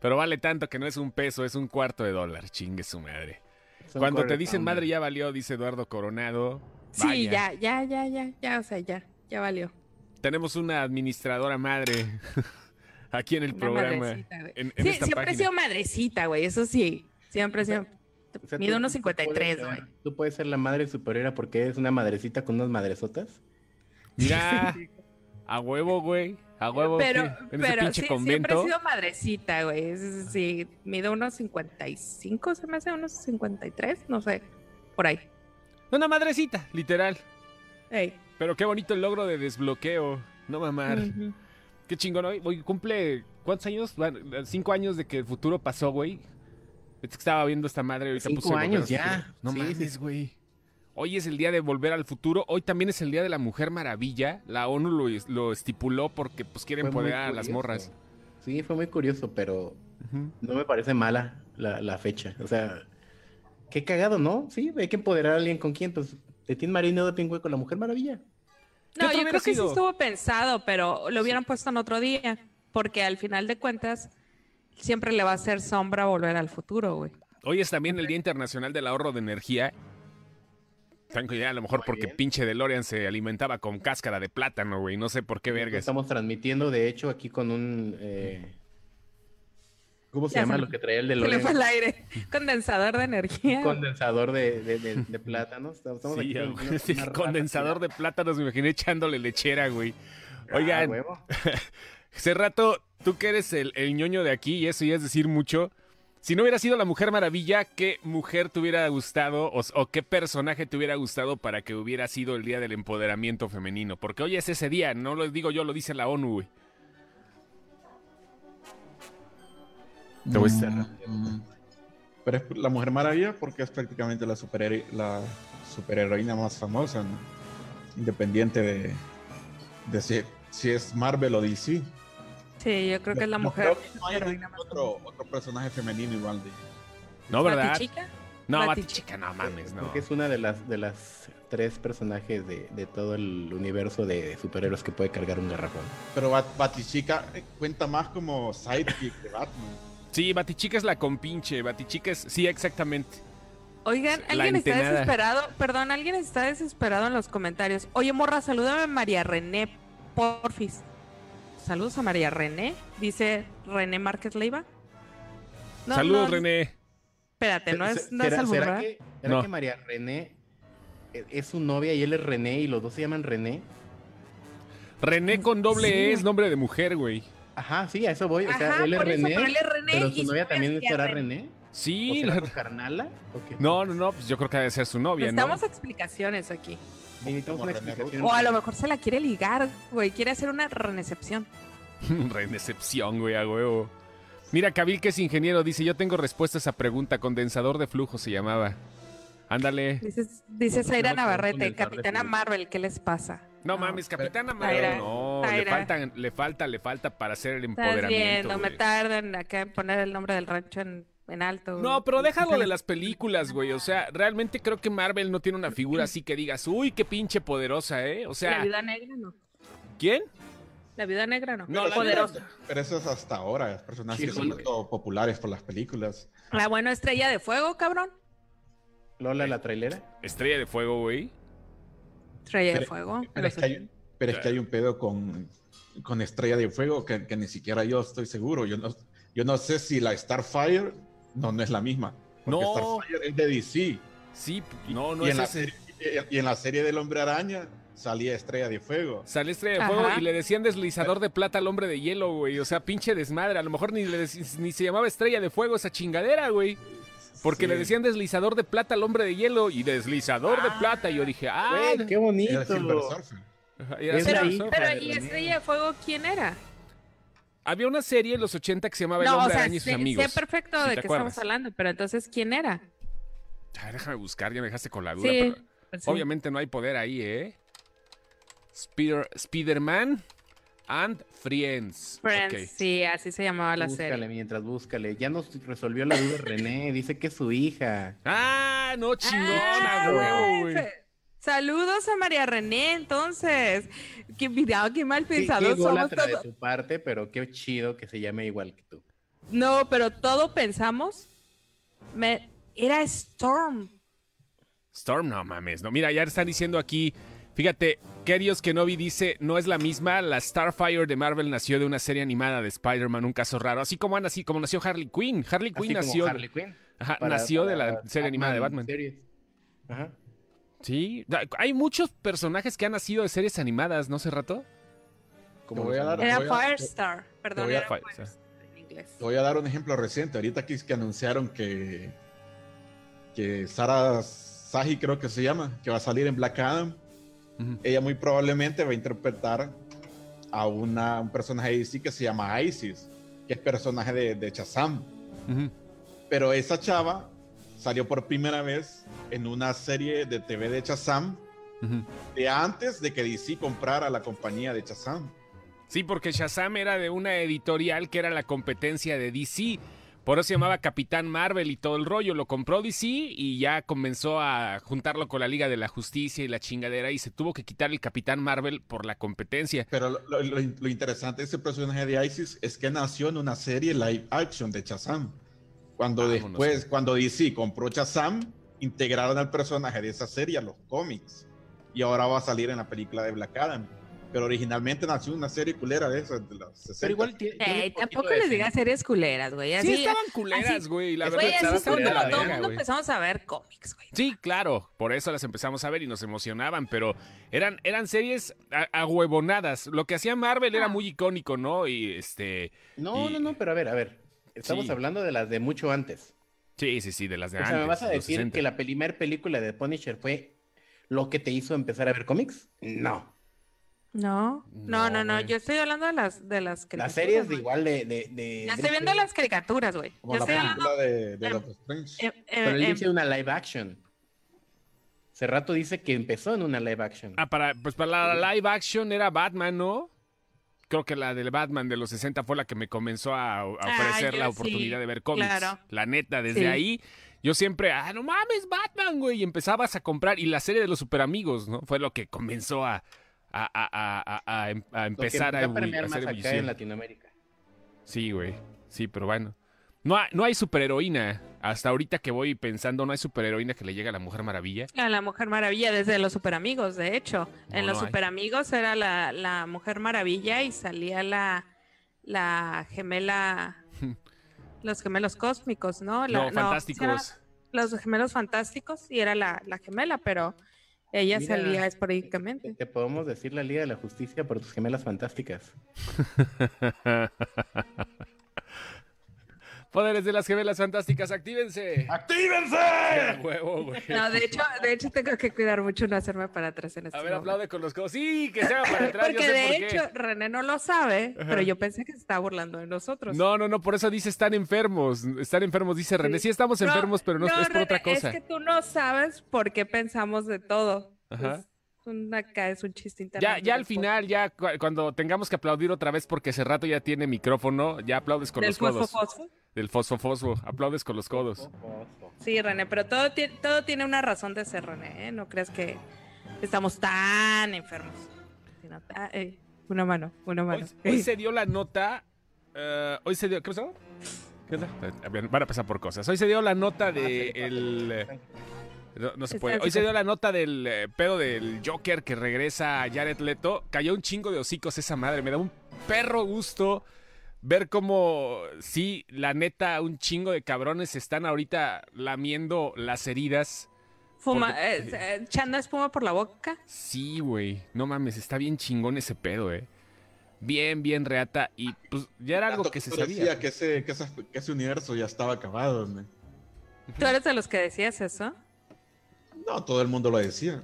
Speaker 1: Pero vale tanto que no es un peso, es un cuarto de dólar, chingue su madre.
Speaker 2: Son
Speaker 1: Cuando te
Speaker 2: quarter
Speaker 1: dicen
Speaker 2: pounder.
Speaker 1: madre ya valió, dice Eduardo Coronado.
Speaker 3: Sí,
Speaker 1: Vaya,
Speaker 3: ya, ya, ya, ya, ya, o sea, ya, ya valió.
Speaker 1: Tenemos una administradora madre (laughs) aquí en el
Speaker 3: Una
Speaker 1: programa.
Speaker 3: madrecita, güey.
Speaker 1: en- en
Speaker 3: Sí,
Speaker 1: esta
Speaker 3: siempre he
Speaker 1: página.
Speaker 3: sido madrecita, güey, eso sí. Siempre, siempre.
Speaker 2: O sea, tú-
Speaker 3: Mido unos
Speaker 2: tú puedes
Speaker 3: 53,
Speaker 2: ser-
Speaker 3: güey.
Speaker 2: Tú puedes ser la madre superiora porque eres una madrecita con unas madresotas.
Speaker 3: (laughs)
Speaker 1: Mira, a huevo, güey. A huevo.
Speaker 3: Pero,
Speaker 1: sí, en ese
Speaker 3: pero
Speaker 1: pinche
Speaker 3: sí, siempre he
Speaker 1: convento.
Speaker 3: sido madrecita, güey. es- es- Sí, mido unos 55, se me hace unos 53, no sé, por ahí.
Speaker 1: Una madrecita, literal.
Speaker 3: Ey.
Speaker 1: Pero qué bonito el logro de desbloqueo. No mamar.
Speaker 3: Ujú.
Speaker 1: Qué chingón hoy. Hoy cumple. ¿Cuántos años? Bueno, cinco años de que el futuro pasó, güey. Es que Estaba viendo esta madre ahorita.
Speaker 2: Cinco
Speaker 1: puse Volver al
Speaker 2: años ya.
Speaker 1: Futuro. No
Speaker 2: Sí, sí,
Speaker 1: mames,
Speaker 2: sí.
Speaker 1: güey. Hoy es el día de volver al futuro. Hoy también es el día de la Mujer Maravilla. La ONU lo, es- lo estipuló porque pues quieren
Speaker 2: Fue muy
Speaker 1: empoderar a las
Speaker 2: curioso.
Speaker 1: morras.
Speaker 2: Sí, fue muy curioso, pero no me parece mala la, la fecha. O sea, qué cagado, ¿no? Sí, hay que empoderar a alguien con quién. Pues de Tin Marino de Pingüe con la Mujer Maravilla.
Speaker 1: ¿Qué
Speaker 3: No,
Speaker 1: otro
Speaker 3: yo
Speaker 1: hubiera
Speaker 3: creo que sí
Speaker 1: sido?
Speaker 3: estuvo pensado, pero lo hubieran puesto en otro día, porque al final de cuentas siempre le va a hacer sombra volver al futuro, güey.
Speaker 1: Hoy es también el Día Internacional del Ahorro de Energía. Tanco ya, a lo mejor
Speaker 2: Muy
Speaker 1: porque
Speaker 2: bien.
Speaker 1: pinche DeLorean se alimentaba con cáscara de plátano, güey. No sé por qué vergas.
Speaker 2: Estamos transmitiendo, de hecho, aquí con un. eh, ¿Cómo se
Speaker 3: Ya
Speaker 2: llama
Speaker 3: se
Speaker 2: lo
Speaker 3: me-
Speaker 2: que traía el de
Speaker 3: Se le fue el
Speaker 2: Lorena?
Speaker 3: aire. (laughs) Condensador de energía.
Speaker 2: Condensador de, de, de, de plátanos. Estamos
Speaker 1: Sí,
Speaker 2: aquí con
Speaker 1: ah, güey, (laughs)
Speaker 2: una-
Speaker 1: sí,
Speaker 2: una rata
Speaker 1: condensador de plátanos, me imaginé echándole lechera, güey.
Speaker 2: tirada. Ah,
Speaker 1: Oigan,
Speaker 2: huevo.
Speaker 1: Hace rato, tú que eres el, el ñoño de aquí, y eso ya es decir mucho. Si no hubiera sido la Mujer Maravilla, ¿qué mujer te hubiera gustado o, o qué personaje te hubiera gustado para que hubiera sido el Día del Empoderamiento Femenino? Porque hoy es ese día, no lo digo yo, lo dice la ONU, güey. Te voy a estar-
Speaker 4: Mm, Pero es la Mujer Maravilla porque es prácticamente la, superhero- la superheroína más famosa, ¿no? Independiente de, de si, si es Marvel o DC.
Speaker 3: Sí, yo creo que es la
Speaker 4: No
Speaker 3: mujer.
Speaker 4: creo que no haya otro, otro personaje femenino igual de...
Speaker 1: No, ¿verdad?
Speaker 3: Batichica.
Speaker 1: No,
Speaker 3: Batichica.
Speaker 1: Batichica, no mames, no.
Speaker 2: Porque es una de las, de las tres personajes de, de todo el universo de superhéroes que puede cargar un garrafón.
Speaker 4: Pero Bat- Batichica eh, cuenta más como sidekick de Batman.
Speaker 1: Sí, Batichica es la compinche, Batichica es... Sí, exactamente.
Speaker 3: Oigan,
Speaker 1: La
Speaker 3: alguien está
Speaker 1: antenada.
Speaker 3: desesperado. Perdón, alguien está desesperado en los comentarios. Oye, morra, salúdame a María René Porfis. Saludos a María René, dice René Márquez Leiva. No,
Speaker 1: Saludos,
Speaker 3: no,
Speaker 1: René.
Speaker 3: Espérate, no es, ¿eh? no es
Speaker 2: ¿Será,
Speaker 3: albur,
Speaker 2: será
Speaker 3: ¿verdad?
Speaker 2: que, será
Speaker 1: No.
Speaker 2: que María René es, es su novia y él es René y los dos se llaman René?
Speaker 1: René con doble
Speaker 3: Sí,
Speaker 1: E es
Speaker 3: güey.
Speaker 1: nombre de mujer, güey.
Speaker 2: Ajá, sí, a eso voy. O sea,
Speaker 3: Ajá,
Speaker 2: él es
Speaker 3: por eso,
Speaker 2: René,
Speaker 3: pero él es René
Speaker 2: pero
Speaker 3: y
Speaker 2: su novia
Speaker 3: novia
Speaker 2: también
Speaker 3: se
Speaker 2: será
Speaker 3: llama
Speaker 2: René. ¿O
Speaker 1: Sí,
Speaker 2: será
Speaker 1: la-
Speaker 2: su carnala? ¿O qué?
Speaker 1: (laughs) No, no, no, pues yo creo que debe ser su novia, ¿no?
Speaker 3: Necesitamos explicaciones aquí.
Speaker 2: Necesitamos
Speaker 4: Como
Speaker 2: una
Speaker 4: René
Speaker 2: explicación.
Speaker 3: O a lo mejor se la quiere ligar, güey. Quiere hacer una renecepción.
Speaker 1: (laughs) Renecepción, güey, a huevo. Mira, Kabil, que es ingeniero, dice, yo tengo respuesta a esa pregunta. Condensador de flujo se llamaba. Ándale.
Speaker 3: Dice, dice
Speaker 2: Nosotros tenemos
Speaker 3: Zaira
Speaker 2: que ver con
Speaker 3: Navarrete,
Speaker 2: el par de
Speaker 3: Capitana
Speaker 2: figuras.
Speaker 3: Marvel, ¿qué les pasa? Ah,
Speaker 1: No mames, Capitana Marvel.
Speaker 3: Zaira,
Speaker 1: No, le
Speaker 3: Zaira.
Speaker 1: falta, le falta, le falta para hacer el
Speaker 3: Estás
Speaker 1: empoderamiento.
Speaker 3: viendo, me
Speaker 1: güey.
Speaker 3: tardan acá en poner el nombre del rancho en, en alto.
Speaker 1: No,
Speaker 3: güey.
Speaker 1: pero déjalo
Speaker 3: (laughs)
Speaker 1: de las películas, güey. O sea, realmente creo que Marvel no tiene una figura así que digas, uy, qué pinche poderosa, ¿eh? O
Speaker 3: la
Speaker 1: sea,
Speaker 3: viuda negra no.
Speaker 1: ¿quién?
Speaker 3: La viuda negra no.
Speaker 4: Pero la-
Speaker 3: Poderosa.
Speaker 4: Pero eso es hasta ahora, personajes que son
Speaker 2: She-Hulk.
Speaker 4: tanto populares por las películas.
Speaker 3: La buena estrella de fuego, cabrón.
Speaker 2: Lola la trailera.
Speaker 1: Estrella de Fuego, güey.
Speaker 3: Estrella de
Speaker 4: Pero-
Speaker 3: fuego.
Speaker 4: Pero es que hay, pero es que hay un pedo con, con Estrella de Fuego que, que ni siquiera yo estoy seguro. Yo no, yo no sé si la Starfire no, no es la misma. Porque
Speaker 1: No.
Speaker 4: Starfire es de DC.
Speaker 1: Sí, no, no
Speaker 4: y,
Speaker 1: es
Speaker 4: en la
Speaker 1: ese.
Speaker 4: serie, y en la serie del Hombre Araña salía Estrella de Fuego.
Speaker 1: Sale Estrella de
Speaker 3: Ajá.
Speaker 1: Fuego y le decían deslizador de plata al hombre de hielo, güey. O sea, pinche desmadre. A lo mejor ni, le dec- ni se llamaba Estrella de Fuego esa chingadera, güey. Porque
Speaker 4: Sí.
Speaker 1: le decían deslizador de plata al hombre de hielo y deslizador de plata. Y yo dije, ah,
Speaker 2: Güey, qué
Speaker 4: Era Silver
Speaker 2: bonito.
Speaker 4: Surfer.
Speaker 1: Ajá, y era
Speaker 2: Es
Speaker 1: Silver
Speaker 2: ahí.
Speaker 1: Surfer.
Speaker 3: Pero,
Speaker 2: la de
Speaker 3: ¿y
Speaker 2: René.
Speaker 3: estrella de fuego quién era?
Speaker 1: Había una serie en los 80 que se llamaba El
Speaker 3: no, o
Speaker 1: Hombre
Speaker 3: sea,
Speaker 1: Araña y sus
Speaker 3: sé,
Speaker 1: amigos.
Speaker 3: sé perfecto
Speaker 1: si
Speaker 3: de
Speaker 1: te
Speaker 3: qué
Speaker 1: acuerdas.
Speaker 3: estamos hablando, pero entonces, ¿quién era?
Speaker 1: Ay, déjame buscar, ya me dejaste con la duda.
Speaker 3: Sí.
Speaker 1: pero
Speaker 3: pues sí.
Speaker 1: Obviamente no hay poder ahí, ¿eh? Spider- Spider-Man and Friends.
Speaker 3: Friends,
Speaker 1: Ok.
Speaker 3: sí, así se llamaba la
Speaker 2: Búscale
Speaker 3: serie.
Speaker 2: mientras búscale. Ya nos resolvió la duda René. Dice que es su hija.
Speaker 1: Ah, no, chingona,
Speaker 3: Ah,
Speaker 1: huevo, güey.
Speaker 3: güey. Saludos a María René, entonces. Qué mirado, qué mal
Speaker 2: Sí,
Speaker 3: pensado
Speaker 2: qué
Speaker 3: somos
Speaker 2: ególatra de
Speaker 3: todos.
Speaker 2: tu parte, pero qué chido que se llame igual que tú.
Speaker 3: No, pero todo pensamos. me- Era Storm.
Speaker 1: Storm, no mames. No, mira, ya están diciendo aquí. Fíjate, Kerios Kenobi dice, no es la misma, la Starfire de Marvel nació de una serie animada de Spider-Man, un caso raro, así como, nací, como nació Harley Quinn. Harley
Speaker 2: Así
Speaker 1: Quinn
Speaker 2: como
Speaker 1: nació,
Speaker 2: Harley Quinn.
Speaker 1: ajá,
Speaker 2: para-
Speaker 1: nació de la
Speaker 2: para
Speaker 1: serie animada de Batman.
Speaker 2: series. Ajá.
Speaker 1: Sí, da- hay muchos personajes que han nacido de series animadas, ¿no hace rato?
Speaker 2: Como
Speaker 4: Te voy a
Speaker 2: los-
Speaker 4: dar-
Speaker 3: Era
Speaker 4: voy a-
Speaker 3: Firestar. Perdón,
Speaker 4: voy a-
Speaker 3: era
Speaker 1: Fire-
Speaker 3: Firestar en inglés.
Speaker 4: Te voy a dar un ejemplo reciente. Ahorita que, que anunciaron que, que Sara Saji, creo que se llama, que va a salir en Black Adam,
Speaker 1: Ujú.
Speaker 4: ella muy probablemente va a interpretar a una, un personaje de DC que se llama Isis, que es personaje de, de Shazam.
Speaker 1: Ujú.
Speaker 4: Pero esa chava salió por primera vez en una serie de TV de Shazam
Speaker 1: Ujú.
Speaker 4: de antes de que DC comprara la compañía de Shazam.
Speaker 1: Sí, porque Shazam era de una editorial que era la competencia de DC. Por eso se llamaba Capitán Marvel y todo el rollo. Lo compró DC y ya comenzó a juntarlo con la Liga de la Justicia y la chingadera. Y se tuvo que quitar el Capitán Marvel por la competencia.
Speaker 4: Pero lo, lo- lo in- lo interesante de ese personaje de Isis es que nació en una serie live action de Shazam. Cuando
Speaker 1: Vámonos.
Speaker 4: después, cuando DC compró Shazam, integraron al personaje de esa serie a los cómics. Y ahora va a salir en la película de Black Adam. Pero originalmente nació en una serie culera de esas, de las 60.
Speaker 2: Pero igual tiene- tiene
Speaker 3: Ey,
Speaker 2: un poquito
Speaker 3: Eh, tampoco
Speaker 2: de
Speaker 3: les
Speaker 2: sentido.
Speaker 3: digas series culeras, güey.
Speaker 1: sí,
Speaker 3: Así,
Speaker 1: estaban culeras,
Speaker 3: así-
Speaker 1: güey. La
Speaker 3: güey,
Speaker 1: verdad,
Speaker 3: así
Speaker 1: estaban
Speaker 3: es cuando
Speaker 1: culeras la
Speaker 3: todo el
Speaker 1: verga,
Speaker 3: mundo
Speaker 1: güey.
Speaker 3: empezamos a ver cómics, güey.
Speaker 1: Sí, claro, por eso las empezamos a ver y nos emocionaban, pero eran, eran series a- ahuevonadas. Lo que hacía Marvel era
Speaker 3: Ah.
Speaker 1: muy icónico, ¿no? Y este.
Speaker 2: No,
Speaker 1: Y-
Speaker 2: no, no, pero a ver, a ver. Estamos
Speaker 1: Sí.
Speaker 2: hablando de las de mucho antes.
Speaker 1: Sí, sí, sí, de las de
Speaker 2: o
Speaker 1: antes.
Speaker 2: sea, ¿me vas a
Speaker 1: los
Speaker 2: decir
Speaker 1: 60.
Speaker 2: que la primera película de Punisher fue lo que te hizo empezar a ver cómics? No.
Speaker 3: No, no, no,
Speaker 1: No,
Speaker 3: no.
Speaker 1: güey.
Speaker 3: Yo estoy hablando de las de las
Speaker 2: Las
Speaker 3: caricaturas,
Speaker 2: series de
Speaker 3: güey.
Speaker 2: igual de... de, de
Speaker 3: Ya estoy viendo las caricaturas, güey.
Speaker 4: Como
Speaker 3: Yo
Speaker 4: la
Speaker 3: estoy hablando.
Speaker 4: película de, de
Speaker 3: em,
Speaker 4: Doctor Strange.
Speaker 3: em, em,
Speaker 2: Pero él
Speaker 3: em,
Speaker 2: dice una live action. Cerrato dice que empezó en una live action.
Speaker 1: Ah, para, pues para la live action era Batman, ¿no? Creo que la del Batman de los 60 fue la que me comenzó a, a
Speaker 2: Ah,
Speaker 1: ofrecer
Speaker 3: yo
Speaker 1: la
Speaker 3: sí,
Speaker 1: oportunidad de ver cómics.
Speaker 3: claro.
Speaker 1: La neta, desde
Speaker 3: Sí.
Speaker 1: ahí yo siempre, ah, no mames, Batman, güey, y empezabas a comprar. Y la serie de los superamigos, ¿no? Fue lo que comenzó a, a- a- a- a- a em- a
Speaker 2: Lo que
Speaker 1: empezar a,
Speaker 2: empezó a
Speaker 1: ebulli-
Speaker 2: permear
Speaker 1: a
Speaker 2: más
Speaker 1: hacer
Speaker 2: acá
Speaker 1: ebullición.
Speaker 2: en Latinoamérica.
Speaker 1: Sí, güey. Sí, pero bueno. No, ha- no hay superheroína. Hasta ahorita que voy pensando, no hay superheroína que le llegue a la Mujer Maravilla.
Speaker 3: A la Mujer Maravilla desde los Superamigos, de hecho.
Speaker 1: No,
Speaker 3: en los
Speaker 1: no hay.
Speaker 3: Superamigos era la, la Mujer Maravilla y salía la, la
Speaker 1: (laughs)
Speaker 3: gemela, los gemelos cósmicos, ¿no? La-
Speaker 1: no,
Speaker 3: sí, eran
Speaker 1: fantásticos.
Speaker 3: los gemelos fantásticos y era la, la gemela, pero ella
Speaker 2: Mira.
Speaker 3: salía
Speaker 2: Te,
Speaker 3: esporádicamente.
Speaker 2: te podemos decir la Liga de la Justicia por tus gemelas fantásticas.
Speaker 1: Poderes de las gemelas fantásticas, actívense.
Speaker 2: ¡Actívense!
Speaker 1: A huevo, güey.
Speaker 3: No, de hecho, de hecho tengo que cuidar mucho no hacerme para atrás en este
Speaker 1: A ver,
Speaker 3: momento.
Speaker 1: aplaude con los codos. Sí, que se haga para atrás. yo
Speaker 3: Porque
Speaker 1: sé
Speaker 3: de
Speaker 1: ¿eh? por qué.
Speaker 3: hecho René no lo sabe, pero yo pensé que se estaba burlando de nosotros.
Speaker 1: No, no, no, por eso dice están enfermos. Están enfermos, dice René. Sí,
Speaker 3: Sí.
Speaker 1: estamos
Speaker 3: No,
Speaker 1: enfermos, pero no, es por
Speaker 3: René,
Speaker 1: otra cosa.
Speaker 3: Es que tú no sabes por qué pensamos de todo.
Speaker 1: Ajá.
Speaker 3: Es una, acá es un chiste interno.
Speaker 1: Ya, ya al final, ya cu- cuando tengamos que aplaudir otra vez porque ese rato ya tiene micrófono, ya aplaudes con
Speaker 3: Del
Speaker 1: los codos.
Speaker 3: fosfo, fosfo.
Speaker 1: Del fosfofosfo, aplaudes con los codos.
Speaker 3: Sí, René, pero todo, ti- todo tiene una razón de ser, René. ¿eh? No creas que estamos tan enfermos. Sino- ah, eh, una mano, una
Speaker 1: Hoy,
Speaker 3: mano.
Speaker 1: hoy
Speaker 3: Eh,
Speaker 1: se dio la nota. eh, hoy se dio. ¿Qué pasó? ¿Qué onda? Eh, A ver, Van a pasar por cosas. Hoy se dio la nota
Speaker 2: Ah,
Speaker 3: Ah,
Speaker 1: de el. eh, No, no se puede. Hoy se dio la nota del eh, pedo del Joker que regresa a Jared Leto. Cayó un chingo de hocicos esa madre. Me da un perro gusto ver cómo, sí, la neta, un chingo de cabrones están ahorita lamiendo las heridas.
Speaker 3: (laughs) fuma-
Speaker 1: porque-
Speaker 3: eh, eh, echando espuma por la boca.
Speaker 1: Sí, güey. No mames, está bien chingón ese pedo, eh. Bien, bien reata. Y pues ya era algo
Speaker 4: Tanto
Speaker 1: que se
Speaker 4: parecía
Speaker 1: sabía.
Speaker 4: Que ese, que, esa- que ese universo ya estaba acabado. ¿no?
Speaker 3: ¿Tú eres de los que decías eso?
Speaker 4: No, todo el mundo lo decía.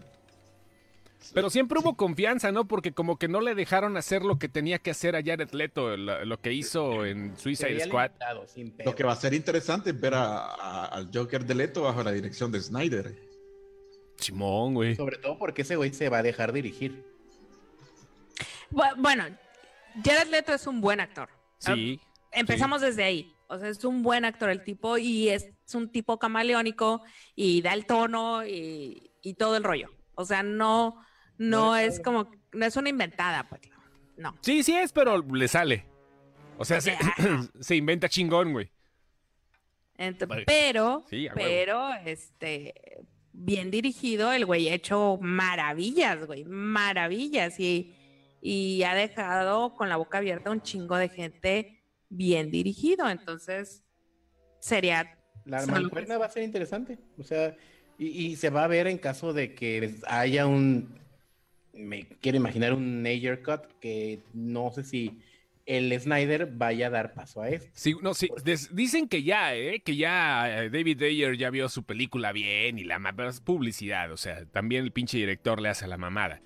Speaker 1: Pero siempre hubo confianza, ¿no? Porque como que no le dejaron hacer lo que tenía que hacer a Jared Leto, lo, lo que hizo en Suicide Squad.
Speaker 4: Lo que va a ser interesante es ver a- a- al Joker de Leto bajo la dirección de Snyder.
Speaker 1: Chimón, güey.
Speaker 2: Sobre todo porque ese güey se va a dejar dirigir.
Speaker 3: Bu- Bueno, Jared Leto es un buen actor.
Speaker 1: Sí.
Speaker 3: Empezamos desde ahí. O sea, es un buen actor el tipo y es, es un tipo camaleónico y da el tono y, y todo el rollo. O sea, no, no,
Speaker 2: No
Speaker 3: es como, no es una inventada, pues. No.
Speaker 1: Sí, sí es, pero le sale. O sea, se, (clears throat) se inventa chingón, güey.
Speaker 3: Ent-
Speaker 1: Vale.
Speaker 3: pero,
Speaker 1: Sí, a huevo.
Speaker 3: pero, este, bien dirigido, el güey ha hecho maravillas, güey, maravillas. Y, y ha dejado con la boca abierta un chingo de gente bien dirigido. Entonces, sería
Speaker 2: La
Speaker 3: Solo
Speaker 2: mancuerna
Speaker 3: que-
Speaker 2: va a ser interesante. O sea, y, y se va a ver en caso de que haya un. Me quiero imaginar un major cut que no sé si el Snyder vaya a dar paso a esto.
Speaker 1: Sí, no, sí, des- dicen que ya, ¿eh? Que ya eh, David Ayer ya vio su película bien y la ma- pero es publicidad, o sea, también el pinche director le hace la mamada.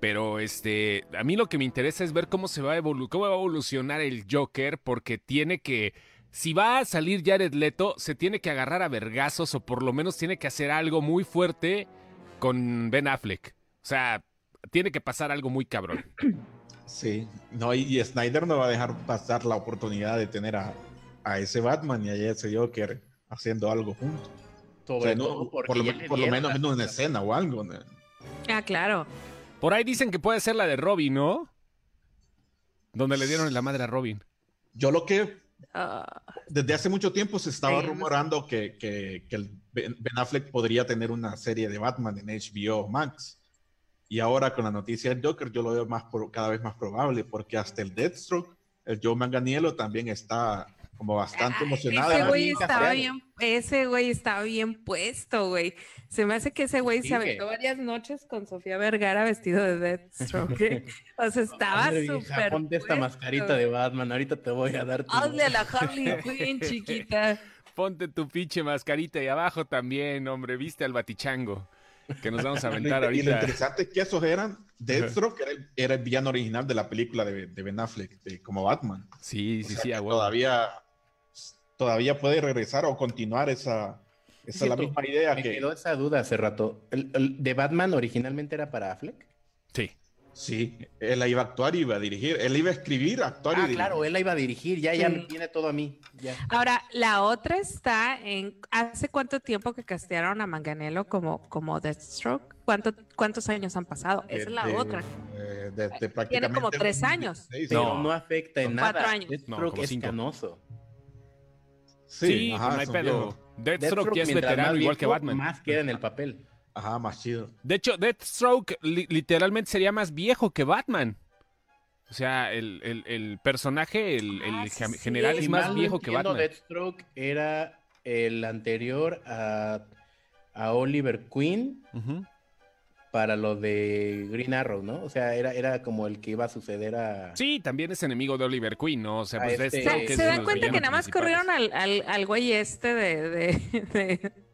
Speaker 1: Pero este, a mí lo que me interesa es ver cómo se va a evolu- cómo va a evolucionar el Joker porque tiene que si va a salir Jared Leto, se tiene que agarrar a vergazos o por lo menos tiene que hacer algo muy fuerte con Ben Affleck. O sea, tiene que pasar algo muy cabrón.
Speaker 4: Sí, no, y, y Snyder no va a dejar pasar la oportunidad de tener a, a ese Batman y a ese Joker haciendo algo juntos. O
Speaker 2: Sobre
Speaker 4: sea, no,
Speaker 2: todo porque
Speaker 4: por lo,
Speaker 2: ya
Speaker 4: men-
Speaker 2: le
Speaker 4: por lo
Speaker 2: dieron
Speaker 4: menos
Speaker 2: la-
Speaker 4: en una escena o algo. ¿no?
Speaker 3: Ah, claro.
Speaker 1: Por ahí dicen que puede ser la de Robin, ¿no? Donde le dieron la madre a Robin.
Speaker 4: Yo lo que
Speaker 3: Ah,
Speaker 4: desde hace mucho tiempo se estaba
Speaker 3: Sí, no sé.
Speaker 4: rumorando que, que- que el ben, Ben Affleck podría tener una serie de Batman en HBO Max. Y ahora con la noticia del Joker yo lo veo más pro- cada vez más probable porque hasta el Deathstroke, el Joe Manganiello también está como bastante emocionada.
Speaker 3: Ese
Speaker 4: ¿no?
Speaker 3: güey
Speaker 2: bien
Speaker 3: estaba
Speaker 2: casero.
Speaker 3: bien, ese güey estaba bien puesto, güey. Se me hace que ese güey
Speaker 2: Sí,
Speaker 3: se aventó
Speaker 2: güey.
Speaker 3: varias noches con Sofía Vergara vestido de
Speaker 2: (laughs)
Speaker 3: Deathstroke. ¿eh? o sea, estaba
Speaker 2: Hombre, vieja,
Speaker 3: súper.
Speaker 2: Ponte esta
Speaker 3: puesto.
Speaker 2: mascarita de Batman, ahorita te voy a dar tu...
Speaker 3: Hazle a
Speaker 2: (laughs)
Speaker 3: la Harley Quinn, chiquita.
Speaker 1: Ponte tu pinche mascarita y abajo también, hombre. Viste al batichango que nos vamos a
Speaker 4: (laughs)
Speaker 1: aventar
Speaker 4: Y lo
Speaker 1: ahorita.
Speaker 4: interesante es que esos eran Deathstroke, que era el, era el villano original de la película de, de Ben Affleck, de- como Batman.
Speaker 1: Sí,
Speaker 4: O
Speaker 1: sí,
Speaker 4: sea,
Speaker 1: sí,
Speaker 4: que
Speaker 1: a huevo.
Speaker 4: todavía, todavía puede regresar o continuar esa, esa la
Speaker 2: Cierto,
Speaker 4: misma idea
Speaker 2: Me
Speaker 4: que
Speaker 2: quedó esa duda hace rato. ¿El, el de Batman originalmente era para Affleck?
Speaker 1: Sí.
Speaker 4: sí, él la iba a actuar y iba a dirigir, él iba a escribir, actuar y
Speaker 2: Ah,
Speaker 4: dirigir.
Speaker 2: claro, él la iba a dirigir, ya, ya
Speaker 3: Sí.
Speaker 2: me tiene todo a mí. Ya.
Speaker 3: Ahora, la otra está en. ¿Hace cuánto tiempo que castearon a Manganello como, como Deathstroke? ¿Cuánto, ¿Cuántos años han pasado?
Speaker 4: De-
Speaker 3: Esa es la
Speaker 4: de-
Speaker 3: otra.
Speaker 4: Este, eh, de- de prácticamente
Speaker 3: como tres años.
Speaker 4: 2016.
Speaker 2: Pero
Speaker 1: No.
Speaker 2: no, afecta en
Speaker 3: Son
Speaker 2: nada.
Speaker 3: cuatro años.
Speaker 1: No,
Speaker 2: Deathstroke
Speaker 1: como
Speaker 2: es
Speaker 1: cinco.
Speaker 2: canoso.
Speaker 1: Sí,
Speaker 4: Sí, ajá,
Speaker 1: no hay
Speaker 4: son
Speaker 1: pedo.
Speaker 4: viejos.
Speaker 1: Deathstroke ya es
Speaker 2: mientras
Speaker 1: veterano,
Speaker 2: más
Speaker 1: igual que
Speaker 2: viejo,
Speaker 1: Batman.
Speaker 2: Más queda en
Speaker 1: (laughs)
Speaker 2: el papel.
Speaker 4: Ajá, más chido.
Speaker 1: De hecho, Deathstroke li- literalmente sería más viejo que Batman. O sea, el, el- el personaje, el, el
Speaker 3: Ah, sí,
Speaker 1: gen-
Speaker 3: sí.
Speaker 1: general es
Speaker 2: Si
Speaker 1: más
Speaker 2: mal no
Speaker 1: viejo que
Speaker 2: entiendo,
Speaker 1: Batman.
Speaker 2: Deathstroke era el anterior a, a Oliver Queen
Speaker 1: Ujú.
Speaker 2: para lo de Green Arrow, ¿no? O sea, era, era como el que iba a suceder a...
Speaker 1: Sí, también es enemigo de Oliver Queen, ¿no? O sea,
Speaker 2: Ah,
Speaker 1: pues
Speaker 2: este-
Speaker 3: O
Speaker 1: Deathstroke
Speaker 3: sea,
Speaker 1: es
Speaker 2: que
Speaker 3: ¿Se
Speaker 1: uno de
Speaker 3: dan
Speaker 1: los
Speaker 3: cuenta que
Speaker 1: villanos
Speaker 3: nada más
Speaker 1: principales.
Speaker 3: corrieron al, al, al güey este de, de, de-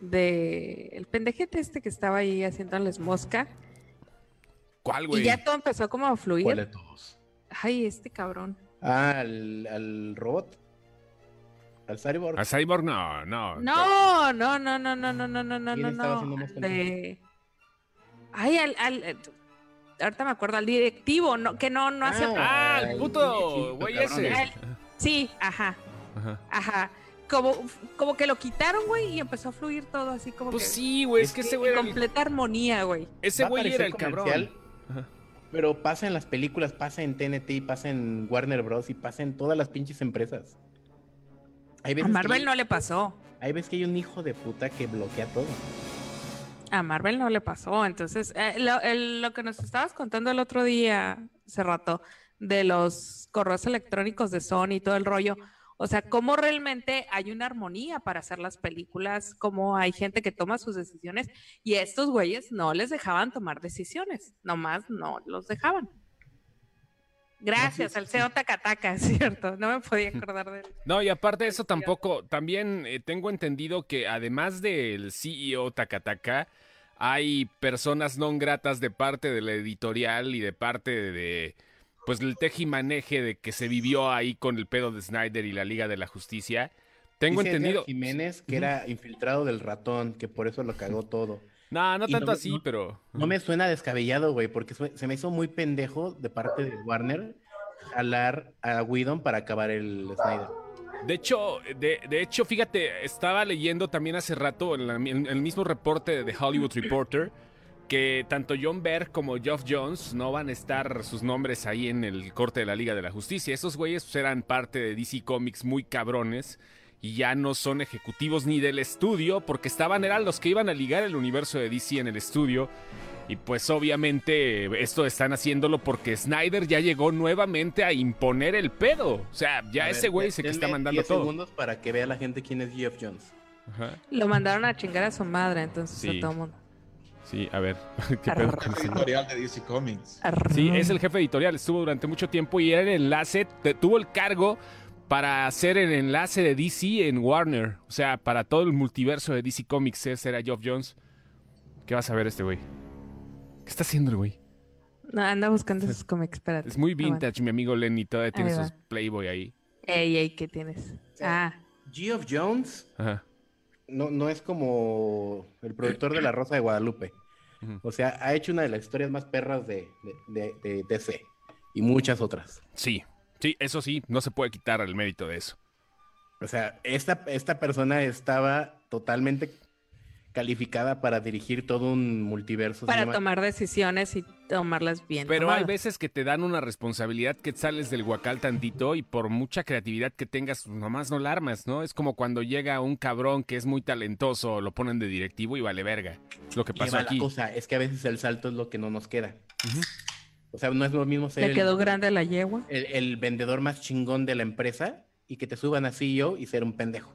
Speaker 3: de- El pendejete este que estaba ahí haciéndoles mosca.
Speaker 1: ¿Cuál, güey?
Speaker 3: Y ya todo empezó como a fluir.
Speaker 2: ¿Cuál de todos?
Speaker 3: Ay, este cabrón.
Speaker 2: Ah, al, al robot. Al cyborg.
Speaker 1: A Cyborg, no, no.
Speaker 3: No, no, no, no, no, no, no, no, no,
Speaker 2: ¿Quién
Speaker 3: no,
Speaker 2: estaba haciendo
Speaker 3: no.
Speaker 2: mosca
Speaker 3: al de- Ay, al, al- eh, Ahorita me acuerdo, al directivo, no, que no, no hace.
Speaker 1: Ah,
Speaker 2: Ay,
Speaker 1: el puto
Speaker 2: viejito,
Speaker 1: güey
Speaker 2: cabrón.
Speaker 1: ese.
Speaker 3: Él. Sí, ajá,
Speaker 1: Ajá.
Speaker 3: ajá. Como, como que lo quitaron, güey, y empezó a fluir todo así como
Speaker 1: Pues
Speaker 3: que-
Speaker 1: sí, güey, es que ese güey era el,
Speaker 3: completa armonía, güey.
Speaker 1: ese
Speaker 2: Va a
Speaker 1: güey era
Speaker 2: parecer
Speaker 1: el cabrón.
Speaker 2: comercial,
Speaker 1: Ajá.
Speaker 2: Pero pasa en las películas, pasa en TNT, pasa en Warner Bros. y pasa en todas las pinches empresas. Hay
Speaker 3: A
Speaker 2: veces,
Speaker 3: Marvel
Speaker 2: que,
Speaker 3: no le pasó.
Speaker 2: hay veces que hay un hijo de puta que bloquea todo.
Speaker 3: A Marvel no le pasó. Entonces, eh, lo, el- lo que nos estabas contando el otro día, hace rato, de los correos electrónicos de Sony y todo el rollo. O sea, cómo realmente hay una armonía para hacer las películas, cómo hay gente que toma sus decisiones y estos güeyes no les dejaban tomar decisiones, nomás no los dejaban. Gracias al CEO (laughs) Takataka, ¿cierto? No me podía acordar de él.
Speaker 1: No, y aparte de eso tampoco, también eh, tengo entendido que además del CEO Takataka, hay personas no gratas de parte de la editorial y de parte de, pues, el tejimaneje de que se vivió ahí con el pedo de Snyder y la Liga de la Justicia. Tengo
Speaker 2: Dice Edgar
Speaker 1: entendido.
Speaker 2: Jiménez que era infiltrado del ratón, que por eso lo cagó todo.
Speaker 1: No, no
Speaker 2: y no
Speaker 1: tanto
Speaker 2: me-
Speaker 1: así,
Speaker 2: no-
Speaker 1: pero.
Speaker 2: No me suena descabellado, güey, porque sue- se me hizo muy pendejo de parte de Warner jalar a Whedon para acabar el Snyder.
Speaker 1: De hecho, de, de hecho, fíjate, estaba leyendo también hace rato en la- en el mismo reporte de The Hollywood Reporter que tanto John Berg como Geoff Jones no van a estar sus nombres ahí en el corte de la Liga de la Justicia. Esos güeyes pues, eran parte de DC Comics muy cabrones y ya no son ejecutivos ni del estudio porque estaban eran los que iban a ligar el universo de DC en el estudio. Y pues obviamente esto están haciéndolo porque Snyder ya llegó nuevamente a imponer el pedo. O sea, ya
Speaker 2: A ver,
Speaker 1: ese güey
Speaker 2: de-
Speaker 1: se que está
Speaker 2: denme
Speaker 1: mandando
Speaker 2: 10
Speaker 1: todo.
Speaker 2: segundos para que vea la gente quién es Jeff Jones.
Speaker 1: Ajá.
Speaker 3: Lo mandaron a chingar a su madre, entonces
Speaker 1: Sí.
Speaker 3: a todo mundo.
Speaker 1: Sí, a ver. (laughs) ¿qué
Speaker 3: Arr.
Speaker 1: pedo?
Speaker 4: El editorial de DC Comics.
Speaker 3: Arr.
Speaker 1: Sí, es el jefe editorial, estuvo durante mucho tiempo y era el enlace, te- tuvo el cargo para hacer el enlace de DC en Warner. O sea, para todo el multiverso de DC Comics, ese era Geoff Jones. ¿Qué vas a ver este güey? ¿Qué está haciendo el güey?
Speaker 3: No, anda buscando sus cómics, espérate.
Speaker 1: Es muy
Speaker 3: Aguanta.
Speaker 1: vintage, mi amigo Lenny, todavía tiene
Speaker 3: Ah, Ahí va.
Speaker 1: sus Playboy ahí.
Speaker 3: Ey, ey, ¿qué tienes? Ah,
Speaker 2: Geoff Jones
Speaker 1: Ajá.
Speaker 2: no, no es como el productor de La Rosa de Guadalupe.
Speaker 1: Ujú.
Speaker 2: O sea, ha hecho una de las historias más perras de, de, de- de DC y muchas otras.
Speaker 1: Sí, sí, eso sí, no se puede quitar el mérito de eso.
Speaker 2: O sea, esta, esta persona estaba totalmente calificada para dirigir todo un
Speaker 4: Pues
Speaker 2: multiverso.
Speaker 3: para
Speaker 2: cinema-
Speaker 3: tomar decisiones y tomarlas bien.
Speaker 1: Pero hay
Speaker 3: tomadas.
Speaker 1: veces que te dan una responsabilidad que sales del huacal tantito y por mucha creatividad que tengas, nomás no la armas, ¿no? Es como cuando llega un cabrón que es muy talentoso, lo ponen de directivo y vale verga. Es lo que
Speaker 2: Y ahí
Speaker 1: pasó
Speaker 2: va la
Speaker 1: aquí.
Speaker 2: cosa, es que a veces el salto es lo que no nos queda.
Speaker 1: Ujú.
Speaker 2: O sea, no es lo mismo ser
Speaker 3: Le
Speaker 2: el-
Speaker 3: quedó grande la yegua.
Speaker 2: el, el vendedor más chingón de la empresa y que te suban a CEO y ser un pendejo.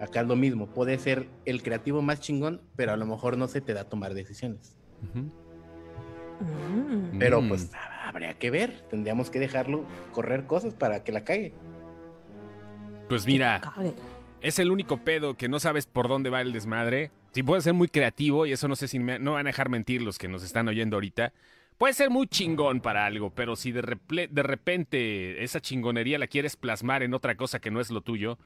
Speaker 2: Acá es lo mismo, puede ser el creativo más chingón, pero a lo mejor no se te da tomar decisiones.
Speaker 1: Ujú.
Speaker 3: Mm.
Speaker 2: Pero
Speaker 1: Mm.
Speaker 2: pues nada, habría que ver, tendríamos que dejarlo correr cosas para que la cague.
Speaker 1: Pues mira,
Speaker 3: Cabe.
Speaker 1: es el único pedo que no sabes por dónde va el desmadre. Si puedes ser muy creativo, y eso no sé si me- no van a dejar mentir los que nos están oyendo ahorita, puede ser muy chingón para algo, pero si de, reple- de repente esa chingonería la quieres plasmar en otra cosa que no es lo tuyo,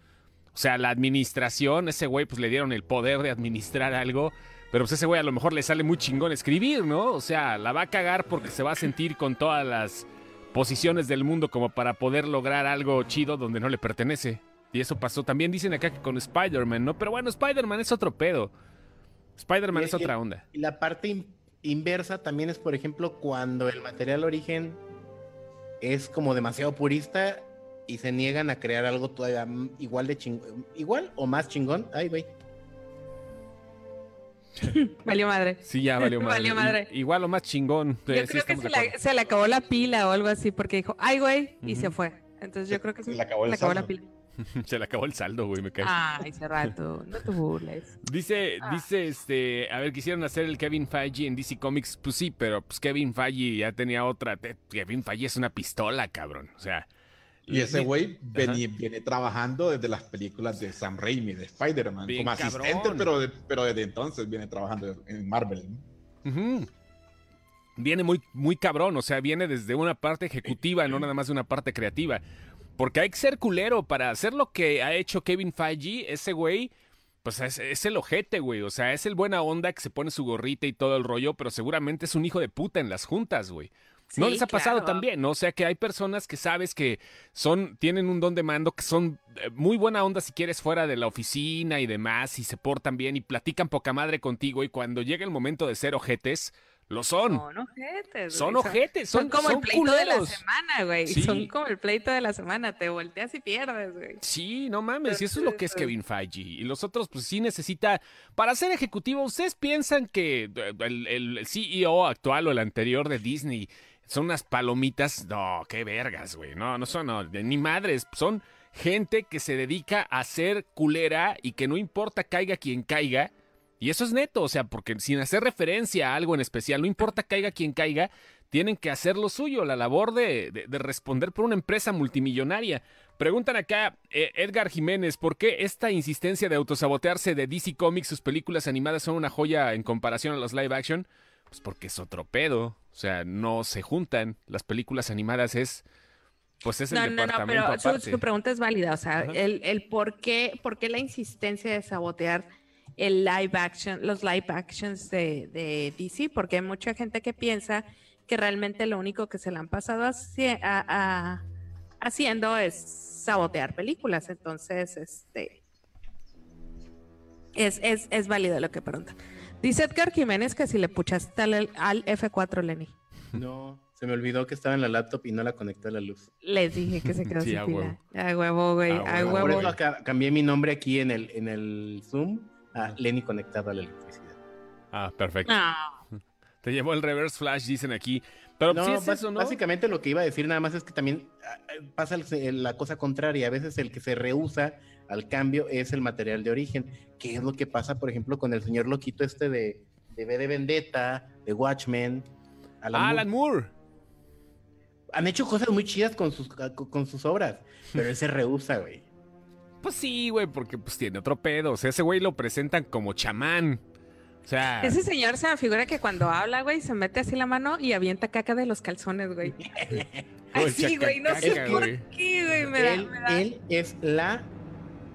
Speaker 1: o sea, la administración, ese güey pues le dieron el poder de administrar algo, pero pues ese güey a lo mejor le sale muy chingón escribir, ¿no? O sea, la va a cagar porque se va a sentir con todas las posiciones del mundo como para poder lograr algo chido donde no le pertenece. Y eso pasó. También dicen acá que con Spider-Man, ¿no? Pero bueno, Spider-Man es otro pedo. Spider-Man
Speaker 2: Y-
Speaker 1: es
Speaker 2: y-
Speaker 1: otra onda.
Speaker 2: Y la parte in- inversa también es, por ejemplo, cuando el material origen es como demasiado purista y se niegan a crear algo todavía mm, igual de chingón, igual o más chingón. Ay, güey.
Speaker 3: Valió madre.
Speaker 1: Sí, ya
Speaker 3: (laughs)
Speaker 1: valió madre.
Speaker 3: Valió madre.
Speaker 1: I- igual o más chingón. Sí,
Speaker 3: Yo
Speaker 1: sí,
Speaker 3: creo que
Speaker 1: estamos
Speaker 3: se,
Speaker 1: de
Speaker 3: la-
Speaker 1: acuerdo.
Speaker 3: se le acabó la pila o algo así porque dijo, ay, güey, y se
Speaker 1: Ujú.
Speaker 3: fue. Entonces yo creo que
Speaker 4: Se
Speaker 3: sí,
Speaker 4: le acabó el
Speaker 3: la
Speaker 4: saldo.
Speaker 3: pila.
Speaker 1: (laughs) Se le acabó el saldo, güey, me cae.
Speaker 3: Ay, Cerrato, no te burles.
Speaker 1: Dice,
Speaker 3: Ah.
Speaker 1: dice, este, a ver, quisieron hacer el Kevin Feige en DC Comics, pues sí, pero pues Kevin Feige ya tenía otra, te- Kevin Feige es una pistola, cabrón, o sea.
Speaker 4: Y ese
Speaker 1: ni-
Speaker 4: güey veni- viene trabajando desde las películas de Sam Raimi, de Spider-Man,
Speaker 1: Bien
Speaker 4: como asistente,
Speaker 1: cabrón.
Speaker 4: pero, de- pero desde entonces viene trabajando en Marvel. ¿no?
Speaker 1: Ujú. Viene muy, muy cabrón, o sea, viene desde una parte ejecutiva, no nada más de una parte creativa. Porque hay que ser culero para hacer lo que ha hecho Kevin Feige, ese güey, pues es, es el ojete, güey. O sea, es el buena onda que se pone su gorrita y todo el rollo, pero seguramente es un hijo de puta en las juntas, güey. ¿No
Speaker 3: Sí,
Speaker 1: les ha pasado
Speaker 3: claro.
Speaker 1: también? ¿no? O sea que hay personas que sabes que son, tienen un don de mando, que son eh, muy buena onda si quieres fuera de la oficina y demás, y se portan bien y platican poca madre contigo, y cuando llega el momento de ser ojetes, lo son.
Speaker 3: Son ojetes.
Speaker 1: son
Speaker 3: güey,
Speaker 1: ojetes, son,
Speaker 3: Son como
Speaker 1: son
Speaker 3: el pleito de la
Speaker 1: culeros.
Speaker 3: semana, güey.
Speaker 1: Sí.
Speaker 3: Son como el pleito de la semana. Te volteas y pierdes, güey.
Speaker 1: Sí, no mames, y eso es lo que es
Speaker 3: Entonces,
Speaker 1: Kevin Feige. Y los otros, pues sí necesita. Para ser ejecutivo, ¿ustedes piensan que eh, el, el CEO actual o el anterior de Disney son unas palomitas? No, qué vergas, güey. No, no son, no, de- ni madres. Son gente que se dedica a ser culera y que no importa caiga quien caiga. Y eso es neto, o sea, porque sin hacer referencia a algo en especial, no importa caiga quien caiga, tienen que hacer lo suyo, la labor de, de- de responder por una empresa multimillonaria. Preguntan acá, eh, Edgar Jiménez, ¿por qué esta insistencia de autosabotearse de DC Comics, sus películas animadas son una joya en comparación a las live action? Pues porque es otro pedo, o sea, no se juntan, las películas animadas es, pues es el
Speaker 3: No, no, no,
Speaker 1: departamento
Speaker 3: pero su,
Speaker 1: aparte.
Speaker 3: su pregunta es válida. O sea,
Speaker 1: Ajá.
Speaker 3: el, el por qué, por qué la insistencia de sabotear el live action, los live actions de, de DC, porque hay mucha gente que piensa que realmente lo único que se le han pasado haci- a- a- haciendo es sabotear películas. Entonces, este es, es, es válido lo que pregunta. Dice Edgar Jiménez que si le puchaste al, al F4, Lenny.
Speaker 2: No, se me olvidó que estaba en la laptop y no la conecté a la luz.
Speaker 3: Les dije que se
Speaker 1: (laughs)
Speaker 3: quedó
Speaker 1: Sí,
Speaker 3: sin
Speaker 1: a
Speaker 3: pila. A huevo, güey.
Speaker 1: A
Speaker 3: A
Speaker 1: huevo,
Speaker 2: Por
Speaker 3: huevo.
Speaker 2: eso acá cambié mi nombre aquí en el, en el Zoom a Lenny conectado a la electricidad.
Speaker 1: Ah, perfecto.
Speaker 3: No.
Speaker 1: Te llevó el reverse flash, dicen aquí. Pero pues,
Speaker 2: No,
Speaker 1: sí es
Speaker 2: bas-
Speaker 1: eso, ¿no?
Speaker 2: básicamente lo que iba a decir nada más es que también ah, ah, pasa el- la cosa contraria. A veces el que se rehúsa al cambio es el material de origen, que es lo que pasa, por ejemplo, con el señor loquito este de, de V de Vendetta, de Watchmen. Alan
Speaker 1: Ah,
Speaker 2: Moore.
Speaker 1: Alan Moore.
Speaker 2: Han hecho cosas muy chidas con sus, ah, con sus obras, pero él se rehúsa, güey.
Speaker 1: Pues sí, güey, porque pues tiene otro pedo. O sea, ese güey lo presentan como chamán. O sea,
Speaker 3: Ese señor se me figura que cuando habla, güey, se mete así la mano y avienta caca de los calzones, güey.
Speaker 1: (laughs) Todo
Speaker 3: Así, güey, no sé
Speaker 1: chacacaca,
Speaker 3: por
Speaker 1: güey.
Speaker 3: qué, güey, me da,
Speaker 2: él,
Speaker 3: me da-
Speaker 2: él es la,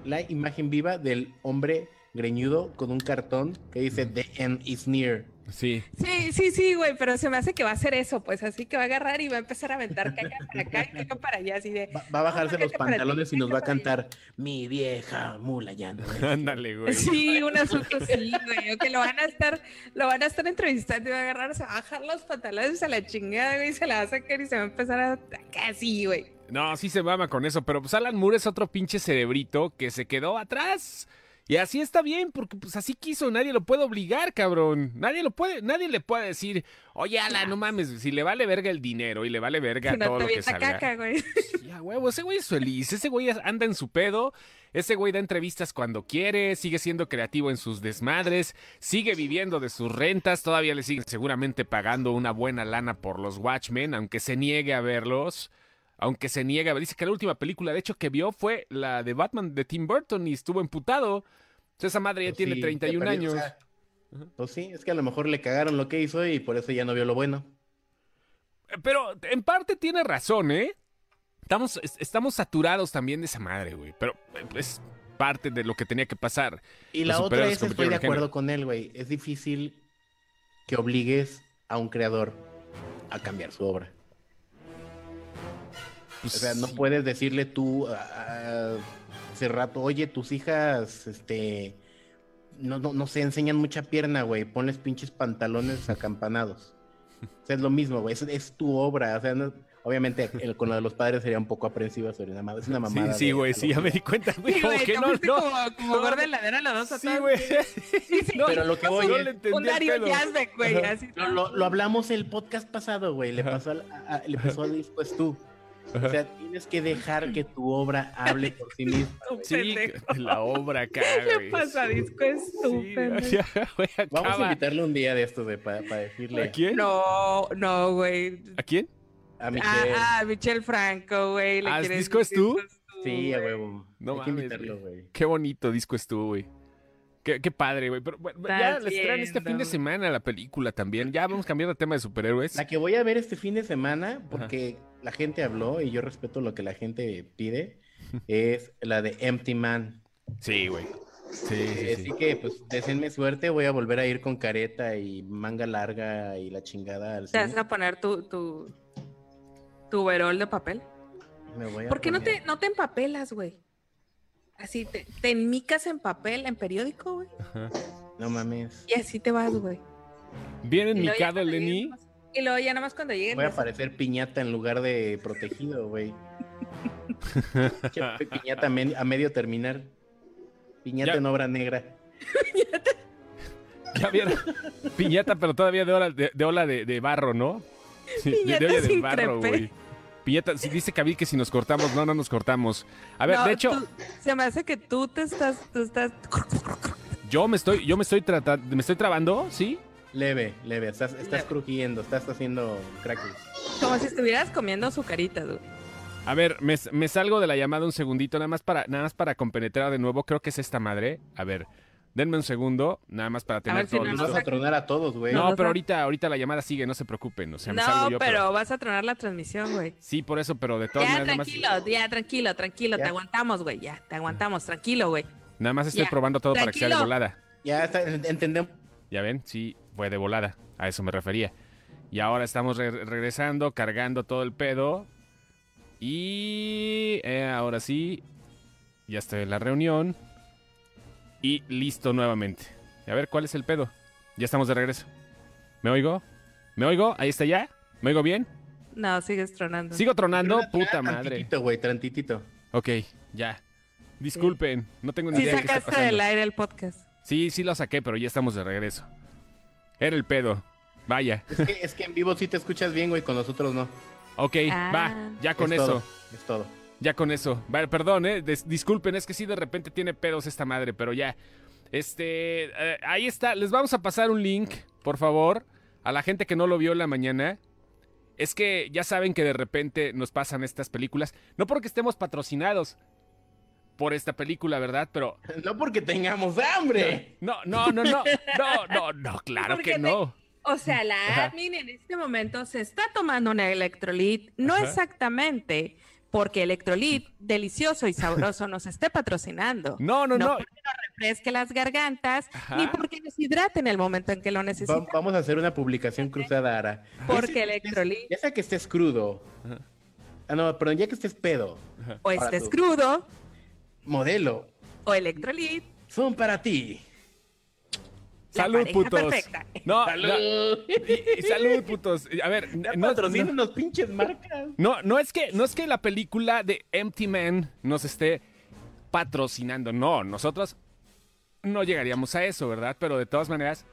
Speaker 2: la imagen viva del hombre greñudo con un cartón que dice The end is near.
Speaker 1: sí. (laughs)
Speaker 3: Sí, sí, sí, güey, pero se me hace que va a hacer eso, pues así que va a agarrar y va a empezar a aventar caca para acá
Speaker 1: (laughs)
Speaker 3: y caca para allá, así de...
Speaker 2: Va, va a bajarse
Speaker 3: Bájate
Speaker 2: los
Speaker 3: para ti,
Speaker 2: pantalones y nos va a
Speaker 3: bájate para
Speaker 2: cantar Mi vieja mula ya no es".
Speaker 1: Ándale, güey.
Speaker 3: Sí, un asunto así, güey, o que lo van a estar, lo van a estar entrevistando y va a agarrar, se va a bajar los pantalones a la chingada, güey, y se la va a sacar y se va a empezar a... Casi, güey.
Speaker 1: No, sí se mama con eso, pero pues Alan Moore es otro pinche cerebrito que se quedó atrás. Y así está bien, porque pues así quiso, nadie lo puede obligar, cabrón. Nadie lo puede, nadie le puede decir, oye, Ala, no mames, si le vale verga el dinero y le vale verga
Speaker 3: Que no
Speaker 1: todo
Speaker 3: te
Speaker 1: lo que
Speaker 3: avienta
Speaker 1: salga.
Speaker 3: caca, güey.
Speaker 1: (laughs) Ya, huevo, ese güey es feliz, ese güey anda en su pedo, ese güey da entrevistas cuando quiere, sigue siendo creativo en sus desmadres, sigue viviendo de sus rentas, todavía le siguen seguramente pagando una buena lana por los Watchmen, aunque se niegue a verlos, aunque se niegue a ver. Dice que la última película, de hecho, que vio fue la de Batman de Tim Burton y estuvo emputado. O sea, esa madre ya
Speaker 2: Pues
Speaker 1: tiene
Speaker 2: sí,
Speaker 1: 31
Speaker 2: ya perdí,
Speaker 1: años.
Speaker 2: o sea, pues sí, es que a lo mejor le cagaron lo que hizo y por eso ya no vio lo bueno.
Speaker 1: Pero en parte tiene razón, ¿eh? Estamos, es- estamos saturados también de esa madre, güey. Pero eh, es parte de lo que tenía que pasar.
Speaker 2: Y
Speaker 1: Los
Speaker 2: la otra
Speaker 1: superhéroes
Speaker 2: es, estoy
Speaker 1: compitieron
Speaker 2: de
Speaker 1: en género.
Speaker 2: acuerdo con él, güey. Es difícil que obligues a un creador a cambiar su obra. O
Speaker 1: Pues,
Speaker 2: sea, no
Speaker 1: sí.
Speaker 2: puedes decirle tú a, a Cerrato, oye, tus hijas, este, no, no, no se enseñan mucha pierna, güey, ponles pinches pantalones acampanados. O sea, es lo mismo, güey, es, es tu obra, o sea, no- obviamente el, con lo de los padres sería un poco aprensiva sobre una mamada, es una
Speaker 1: Sí,
Speaker 2: mamada.
Speaker 1: sí,
Speaker 2: de-
Speaker 1: güey,
Speaker 2: a lo
Speaker 1: sí, ya
Speaker 2: que-
Speaker 1: me di cuenta, güey.
Speaker 3: (laughs) Sí,
Speaker 1: como
Speaker 3: güey,
Speaker 1: que no,
Speaker 3: fuiste
Speaker 1: no.
Speaker 3: como, como
Speaker 1: no,
Speaker 3: gorda heladera los dos a
Speaker 1: Sí,
Speaker 3: todos. (laughs)
Speaker 1: güey. No,
Speaker 2: (laughs) Pero lo que
Speaker 1: (laughs)
Speaker 2: voy
Speaker 1: no
Speaker 2: es-
Speaker 1: le entendí
Speaker 3: Un
Speaker 1: el
Speaker 3: Darío
Speaker 1: pedo.
Speaker 3: Yazbek, güey, así.
Speaker 2: Lo, lo- lo hablamos el podcast pasado, güey, le pasó, al- a- a- le pasó después tú. O sea, tienes que dejar que tu obra hable por sí misma. güey.
Speaker 1: Sí,
Speaker 3: pendejo.
Speaker 1: la obra
Speaker 3: (laughs)
Speaker 1: acá,
Speaker 3: Le
Speaker 1: güey.
Speaker 3: pasa disco
Speaker 1: Sí,
Speaker 3: estúpido.
Speaker 1: ya, güey,
Speaker 2: Vamos a
Speaker 1: acaba.
Speaker 2: invitarle un día de estos de, para decirle
Speaker 1: ¿A quién?
Speaker 3: No, no, güey.
Speaker 1: ¿A quién?
Speaker 2: a mi
Speaker 3: Ah, ah, Michelle Franco, güey. le
Speaker 1: Ah, ¿es
Speaker 3: quieres
Speaker 1: disco es
Speaker 3: decir
Speaker 1: tú?
Speaker 3: disco es tú,
Speaker 2: Sí, a
Speaker 3: güey.
Speaker 2: huevo.
Speaker 1: No
Speaker 2: Hay que
Speaker 1: mames,
Speaker 2: invitarlo, güey.
Speaker 1: Qué bonito disco estuvo, güey. Qué, qué padre, güey. Pero bueno, ya
Speaker 3: Estás
Speaker 1: les traen este fin de
Speaker 3: viendo.
Speaker 1: semana la película también. Ya vamos a cambiar de tema de superhéroes.
Speaker 2: La que voy a ver este fin de semana, porque la gente habló y yo respeto lo que la gente pide,
Speaker 1: (laughs)
Speaker 2: es la de Empty Man.
Speaker 1: Sí, güey. Sí,
Speaker 3: Eh,
Speaker 1: sí,
Speaker 2: Así
Speaker 1: sí.
Speaker 2: que, pues, deseenme suerte, voy a volver a ir con careta y manga larga y la chingada al
Speaker 3: Te vas
Speaker 2: cine.
Speaker 3: a poner tu, tu, tu verol de papel.
Speaker 2: Me voy a
Speaker 3: ¿Por qué no te,
Speaker 2: poner-
Speaker 3: no te empapelas, güey? Así te, te enmicas en papel, en periódico, güey.
Speaker 2: No mames.
Speaker 3: Y así te vas, güey.
Speaker 1: Viene
Speaker 3: Y luego ya
Speaker 1: Mikado
Speaker 3: cuando llegues
Speaker 1: Lenny.
Speaker 3: nomás- Y luego ya nada más cuando llegue.
Speaker 2: Voy a parecer piñata en lugar de
Speaker 1: (laughs)
Speaker 2: protegido, güey. Che, piñata a men- a medio terminar. Piñata
Speaker 1: Ya.
Speaker 2: en obra negra.
Speaker 1: Ya vieron. (laughs) Piñata, pero todavía de ola de, de ola de, de barro, ¿no? Sí, de-
Speaker 3: Piñata
Speaker 1: de olla de
Speaker 3: sin
Speaker 1: barro,
Speaker 3: crepe.
Speaker 1: güey. Piñata, si dice Kabil que si nos cortamos, no, no nos cortamos. A ver,
Speaker 3: No,
Speaker 1: de hecho,
Speaker 3: tú- se me hace que tú te estás, tú estás.
Speaker 1: yo me estoy, yo me estoy tratando, me estoy trabando, ¿sí?
Speaker 2: Leve, leve, estás, estás
Speaker 3: Leve.
Speaker 2: crujiendo, estás haciendo crackles.
Speaker 3: Como si estuvieras comiendo azucaritas, güey.
Speaker 1: A ver, me, me salgo de la llamada un segundito, nada más para, nada más para compenetrar de nuevo, creo que es esta madre. A ver, denme un segundo, nada más para tener
Speaker 3: ver si
Speaker 1: todo
Speaker 3: no
Speaker 2: Nos
Speaker 1: listo.
Speaker 2: vas a tronar a todos, güey.
Speaker 1: No,
Speaker 3: no
Speaker 1: pero
Speaker 3: sa-
Speaker 1: ahorita, ahorita la llamada sigue, no se preocupen, o sea, me
Speaker 3: No,
Speaker 1: salgo yo.
Speaker 3: pero, vas a tronar la transmisión, güey.
Speaker 1: Sí, por eso, pero de todas
Speaker 3: Ya,
Speaker 1: maneras, nada más,
Speaker 3: tranquilo, ya, tranquilo, tranquilo.
Speaker 2: Ya.
Speaker 3: Te aguantamos, güey. Ya, te aguantamos, tranquilo, güey.
Speaker 1: nada más estoy
Speaker 3: Ya,
Speaker 1: probando todo para que sea de
Speaker 3: tranquilo.
Speaker 1: volada.
Speaker 2: Ya está, ent- entendemos.
Speaker 1: Ya ven, sí, fue de volada. A eso me refería. Y ahora estamos re- regresando, cargando todo el pedo. Y eh, ahora sí, ya estoy en la reunión. Y listo nuevamente. A ver, ¿cuál es el pedo? Ya estamos de regreso. ¿Me oigo? ¿Me oigo? ¿Ahí está ya? ¿Me oigo bien?
Speaker 3: No, sigues tronando.
Speaker 1: ¿Sigo tronando?
Speaker 2: Trona-
Speaker 1: Puta
Speaker 2: trona
Speaker 1: madre.
Speaker 2: Tantitito, güey, trantitito.
Speaker 1: Ok, ya. Disculpen, no tengo ni
Speaker 3: Si
Speaker 1: idea de qué está
Speaker 3: sacaste
Speaker 1: pasando.
Speaker 3: del aire el podcast.
Speaker 1: Sí, sí lo saqué, pero ya estamos de regreso. Era el pedo. Vaya.
Speaker 2: Es que, es que en vivo sí te escuchas bien, güey, con nosotros no.
Speaker 1: Ok,
Speaker 3: Ah.
Speaker 1: va, ya con
Speaker 2: Es
Speaker 1: eso,
Speaker 2: todo, es todo. (laughs)
Speaker 1: ya con eso. Va, perdón, eh, des- disculpen, es que sí de repente tiene pedos esta madre, pero ya. Este, eh, ahí está, les vamos a pasar un link, por favor, a la gente que no lo vio en la mañana. Es que ya saben que de repente nos pasan estas películas, no porque estemos patrocinados por esta película, ¿verdad? Pero
Speaker 2: No porque tengamos hambre.
Speaker 1: no, no, no, no, no, no, no, claro
Speaker 3: Porque
Speaker 1: que
Speaker 3: te-
Speaker 1: no.
Speaker 3: O sea,
Speaker 1: Ajá.
Speaker 3: la admin en este momento se está tomando una electrolit, no
Speaker 1: Ajá.
Speaker 3: exactamente
Speaker 1: (laughs)
Speaker 3: porque electrolit delicioso y sabroso nos esté patrocinando.
Speaker 1: No, no, no.
Speaker 3: porque nos refresque las gargantas,
Speaker 1: Ajá.
Speaker 3: ni porque nos hidrate en el momento en que lo
Speaker 2: Va-
Speaker 3: necesitamos.
Speaker 2: vamos a hacer una publicación cruzada, Ara. Ya
Speaker 3: Porque
Speaker 2: sea que estés-
Speaker 3: Electrolit.
Speaker 2: Ya sea que estés crudo. Ah, no, perdón, ya que estés pedo.
Speaker 3: O
Speaker 2: Ahora
Speaker 3: estés
Speaker 2: tú.
Speaker 3: crudo,
Speaker 2: Modelo,
Speaker 3: o electrolit.
Speaker 2: son para ti.
Speaker 3: la
Speaker 1: Salud,
Speaker 3: pareja
Speaker 1: putos.
Speaker 3: perfecta.
Speaker 1: No, no.
Speaker 2: Salud.
Speaker 1: Y- y salud, putos. A ver,
Speaker 2: (laughs) Ya
Speaker 1: no- no-
Speaker 2: patrocinan los pinches marcas.
Speaker 1: No, no es que, no es que la película de Empty Man nos esté patrocinando. No, nosotros no llegaríamos a eso, ¿verdad? Pero de todas maneras,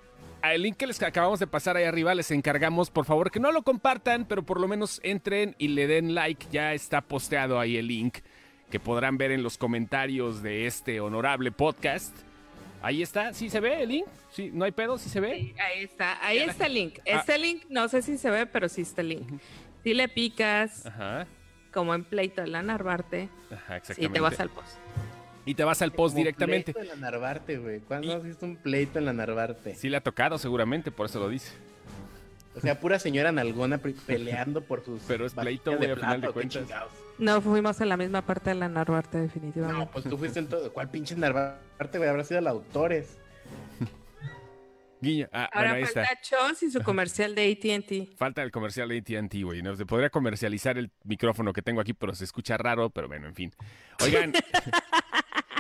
Speaker 1: al link que les acabamos de pasar ahí arriba les encargamos, por favor, que no lo compartan, pero por lo menos entren y le den like. Ya está posteado ahí el link que podrán ver en los comentarios de este honorable podcast. Ahí está, ¿sí se ve el link? ¿Sí? ¿No hay pedo? ¿Sí se ve?
Speaker 3: Sí, ahí está, ahí está el link. Este link, no sé si se ve, pero sí está el link. Si le picas,
Speaker 1: Ajá,
Speaker 3: como en pleito de la Narvarte,
Speaker 1: ajá, exactamente.
Speaker 3: y te vas al post.
Speaker 1: Y te vas al post
Speaker 2: Como
Speaker 1: directamente.
Speaker 2: Pleito en la Narvarte, güey. ¿Cuándo has visto un pleito en la Narvarte?
Speaker 1: Sí le ha tocado seguramente, por eso lo dice.
Speaker 2: O sea, pura señora nalgona pri- peleando por sus.
Speaker 1: (laughs) Pero es pleito,
Speaker 2: vajillas
Speaker 1: güey, al final de
Speaker 2: plata, ¿o qué
Speaker 1: cuentas.
Speaker 2: chingados?
Speaker 3: No fuimos en la misma parte de la Narvarte,
Speaker 2: No,
Speaker 3: definitivamente.
Speaker 2: pues tú fuiste en todo. ¿Cuál pinche Narvarte, güey? Habrá sido la autores.
Speaker 1: Guiño. Ah,
Speaker 3: Ahora
Speaker 1: bueno, ahí está.
Speaker 3: falta Chos y su comercial de ATT.
Speaker 1: Falta el comercial de AT&T, güey. No se podría comercializar el micrófono que tengo aquí, pero se escucha raro, pero bueno, en fin. Oigan,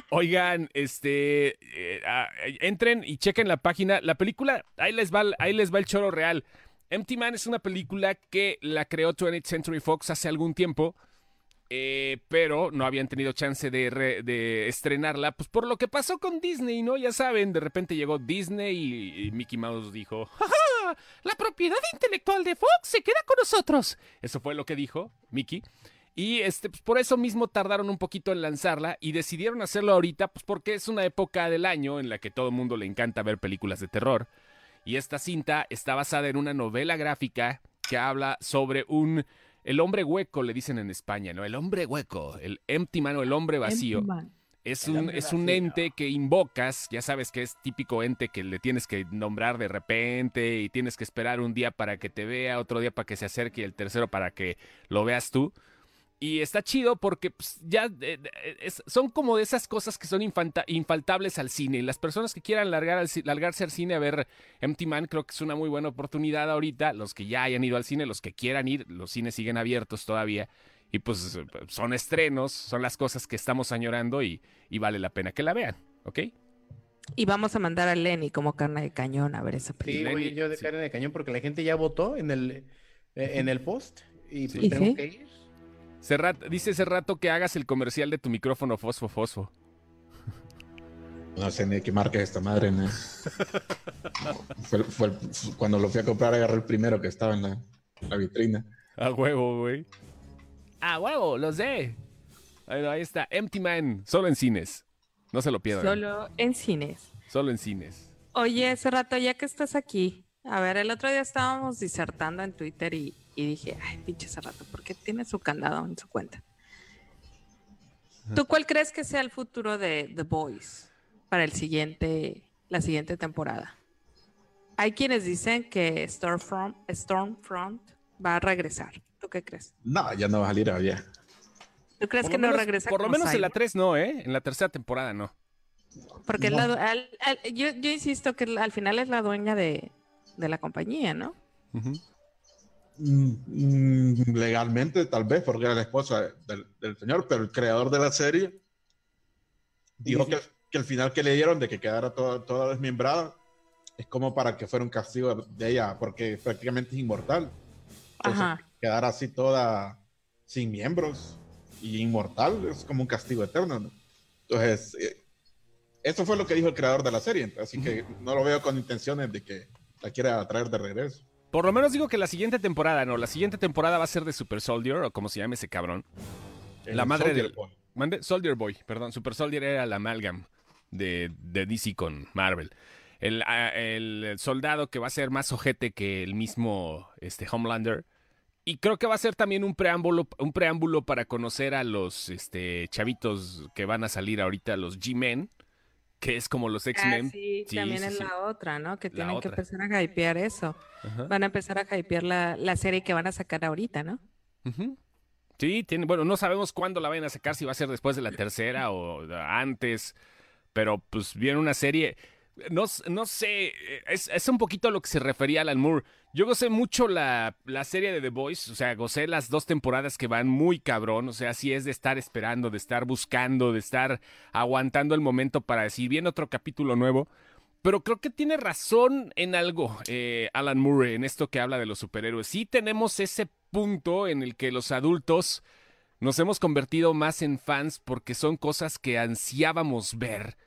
Speaker 1: oigan, este, eh, ah, eh, entren y chequen la página. La película, ahí les va, el- ahí les va el choro real. Empty Man es una película que la creó 20th Century Fox hace algún tiempo, eh, pero no habían tenido chance de, re- de estrenarla, pues por lo que pasó con Disney, ¿no? Ya saben, de repente llegó Disney y, y Mickey Mouse dijo, ¡Ja, ja! la propiedad intelectual de Fox se queda con nosotros. Eso fue lo que dijo Mickey. Y este, pues, por eso mismo tardaron un poquito en lanzarla y decidieron hacerlo ahorita, pues porque es una época del año en la que todo el mundo le encanta ver películas de terror. Y esta cinta está basada en una novela gráfica que habla sobre un... El hombre hueco, le dicen en España, ¿no? El hombre hueco, el empty man o el hombre vacío. Es
Speaker 2: El
Speaker 1: un,
Speaker 2: hombre
Speaker 1: es un
Speaker 2: vacío.
Speaker 1: ente que invocas, ya sabes que es típico ente que le tienes que nombrar de repente y tienes que esperar un día para que te vea, otro día para que se acerque y el tercero para que lo veas tú. Y está chido porque pues, ya eh, eh, es- son como de esas cosas que son infanta- infaltables al cine. Las personas que quieran largar al ci- largarse al cine a ver Empty Man, creo que es una muy buena oportunidad ahorita. Los que ya hayan ido al cine, los que quieran ir, los cines siguen abiertos todavía. Y pues eh, son estrenos, son las cosas que estamos añorando y, y vale la pena que la vean, ¿ok?
Speaker 3: Y vamos a mandar a Lenny como carne de cañón a ver esa película.
Speaker 2: Sí,
Speaker 1: Lenny,
Speaker 2: güey, yo de
Speaker 1: sí.
Speaker 2: Karen de Cañón, porque la gente ya votó en el, eh, en el post. Y pues
Speaker 3: ¿Y
Speaker 2: tengo
Speaker 3: sí?
Speaker 2: que ir.
Speaker 1: Serrat, dice ese rato que hagas el comercial de tu micrófono fosfo fosfo.
Speaker 4: No sé ni qué marca es esta
Speaker 1: (laughs)
Speaker 4: madre, ¿no? Fue- fue- fue- cuando lo fui a comprar, agarré el primero que estaba en la, la vitrina.
Speaker 1: A huevo, güey. A huevo, lo sé. Bueno, ahí está, Empty Man, solo en cines. No se lo pierdan.
Speaker 3: Solo en cines.
Speaker 1: Solo en cines.
Speaker 3: Oye, ese rato, ya que estás aquí, a ver, el otro día estábamos disertando en Twitter y, y dije, ay, pinche ese rato, ¿por qué tiene su candado en su cuenta? ¿Tú cuál crees que sea el futuro de The Boys para el siguiente, la siguiente temporada? Hay quienes dicen que Stormfront, Stormfront va a regresar. ¿Tú qué crees?
Speaker 4: No, ya no va a salir había.
Speaker 3: ¿Tú crees
Speaker 1: Por
Speaker 3: que
Speaker 1: lo menos-
Speaker 3: no regresa?
Speaker 1: Por lo
Speaker 3: como
Speaker 1: menos en la
Speaker 3: Cyborg?
Speaker 1: 3 no, ¿eh? En la tercera temporada no.
Speaker 3: Porque es
Speaker 4: No.
Speaker 3: la du- al- al- yo, yo insisto que al final es la dueña de, de la compañía, ¿no?
Speaker 4: Mm, mm, legalmente, tal vez, porque era la esposa del, del señor, pero el creador de la serie dijo
Speaker 2: Sí, sí.
Speaker 4: que, que el final que le dieron de que quedara toda, toda desmembrada es como para que fuera un castigo de ella, porque prácticamente es inmortal. Entonces,
Speaker 3: Ajá.
Speaker 4: Quedar así toda sin miembros y inmortal es como un castigo eterno. ¿no? Entonces, eh, eso fue lo que dijo el creador de la serie, así que no lo veo con intenciones de que la quiera traer de regreso.
Speaker 1: Por lo menos digo que la siguiente temporada, no, la siguiente temporada va a ser de Super Soldier, o como se llame ese cabrón. La
Speaker 4: El
Speaker 1: madre
Speaker 4: Soldier
Speaker 1: del-
Speaker 4: Boy.
Speaker 1: Mande, Soldier Boy, perdón, Super Soldier era la amalgam de, de DC con Marvel. El, ah, el- el soldado que va a ser más ojete que el mismo este, Homelander. Y creo que va a ser también un preámbulo, un preámbulo para conocer a los este, chavitos que van a salir ahorita, los G-Men, que es como los
Speaker 3: Ah,
Speaker 1: X-Men.
Speaker 3: sí,
Speaker 1: Sí,
Speaker 3: también
Speaker 1: sí,
Speaker 3: es
Speaker 1: sí.
Speaker 3: la otra, ¿no? Que
Speaker 1: La
Speaker 3: tienen que
Speaker 1: otra.
Speaker 3: empezar a hypear eso.
Speaker 1: Ajá.
Speaker 3: Van a empezar a hypear la, la serie que van a sacar ahorita, ¿no?
Speaker 1: Ujú. Sí, tiene, bueno, no sabemos cuándo la vayan a sacar, si va a ser después de la tercera o antes, pero pues viene una serie. No, s- no sé, eh, es, es un poquito a lo que se refería Alan Moore. Yo gocé mucho la, la serie de The Voice, o sea, gocé las dos temporadas que van muy cabrón, o sea, sí es de estar esperando, de estar buscando, de estar aguantando el momento para decir, viene otro capítulo nuevo. Pero creo que tiene razón en algo, eh, Alan Moore, en esto que habla de los superhéroes. Sí tenemos ese punto en el que los adultos nos hemos convertido más en fans porque son cosas que ansiábamos ver.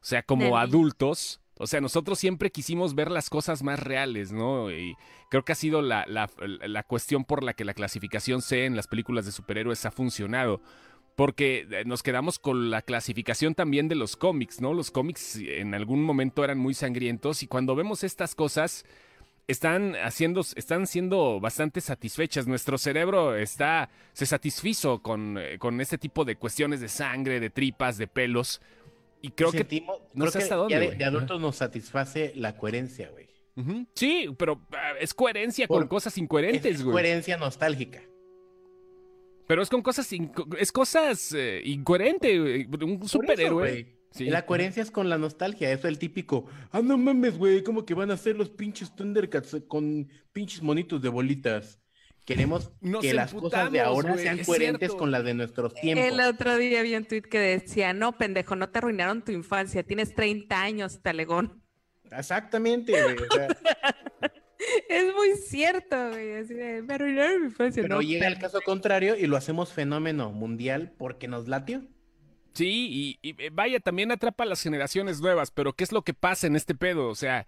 Speaker 1: O sea, como
Speaker 3: Nerdy.
Speaker 1: adultos, o sea, nosotros siempre quisimos ver las cosas más reales, ¿no? Y creo que ha sido la, la- la cuestión por la que la clasificación C en las películas de superhéroes ha funcionado. Porque eh, nos quedamos con la clasificación también de los cómics, ¿no? Los cómics en algún momento eran muy sangrientos y cuando vemos estas cosas están haciendo, están siendo bastante satisfechas. Nuestro cerebro está, se satisfizo con, eh, con este tipo de cuestiones de sangre, de tripas, de pelos. Y creo que
Speaker 2: Sentimos-
Speaker 1: no
Speaker 2: creo
Speaker 1: sé
Speaker 2: que
Speaker 1: hasta dónde,
Speaker 2: ya de,
Speaker 1: güey.
Speaker 2: de adultos nos satisface la coherencia, güey.
Speaker 1: Ujú. Sí, pero ah, es coherencia con
Speaker 2: Por-
Speaker 1: cosas
Speaker 2: Es
Speaker 1: incoherentes, güey.
Speaker 2: coherencia nostálgica.
Speaker 1: Pero es con cosas inco- es cosas eh, incoherente, güey. un
Speaker 2: Por eso,
Speaker 1: superhéroe.
Speaker 2: güey.
Speaker 1: Sí.
Speaker 2: La coherencia es con la nostalgia, eso es el típico. Ah, no mames, güey, ¿cómo que van a hacer los pinches Thundercats con pinches monitos de bolitas? Queremos
Speaker 1: Nos
Speaker 2: que las cosas de
Speaker 1: emputamos,
Speaker 2: ahora
Speaker 1: güey,
Speaker 2: sean
Speaker 1: es
Speaker 2: coherentes
Speaker 1: cierto.
Speaker 2: con las de nuestros tiempos.
Speaker 3: El otro día había un tuit que decía, no, pendejo, no te arruinaron tu infancia, tienes 30 años, talegón. (laughs)
Speaker 2: Exactamente, güey.
Speaker 1: (laughs)
Speaker 2: o sea,
Speaker 3: Es muy cierto, güey, así de, me arruinaron mi infancia.
Speaker 2: pero
Speaker 3: no,
Speaker 2: llega el
Speaker 3: pendejo".
Speaker 2: caso contrario y lo hacemos fenómeno mundial porque nos latió.
Speaker 1: Sí, y, y, eh, vaya, también atrapa a las generaciones nuevas, pero ¿qué es lo que pasa en este pedo? O sea,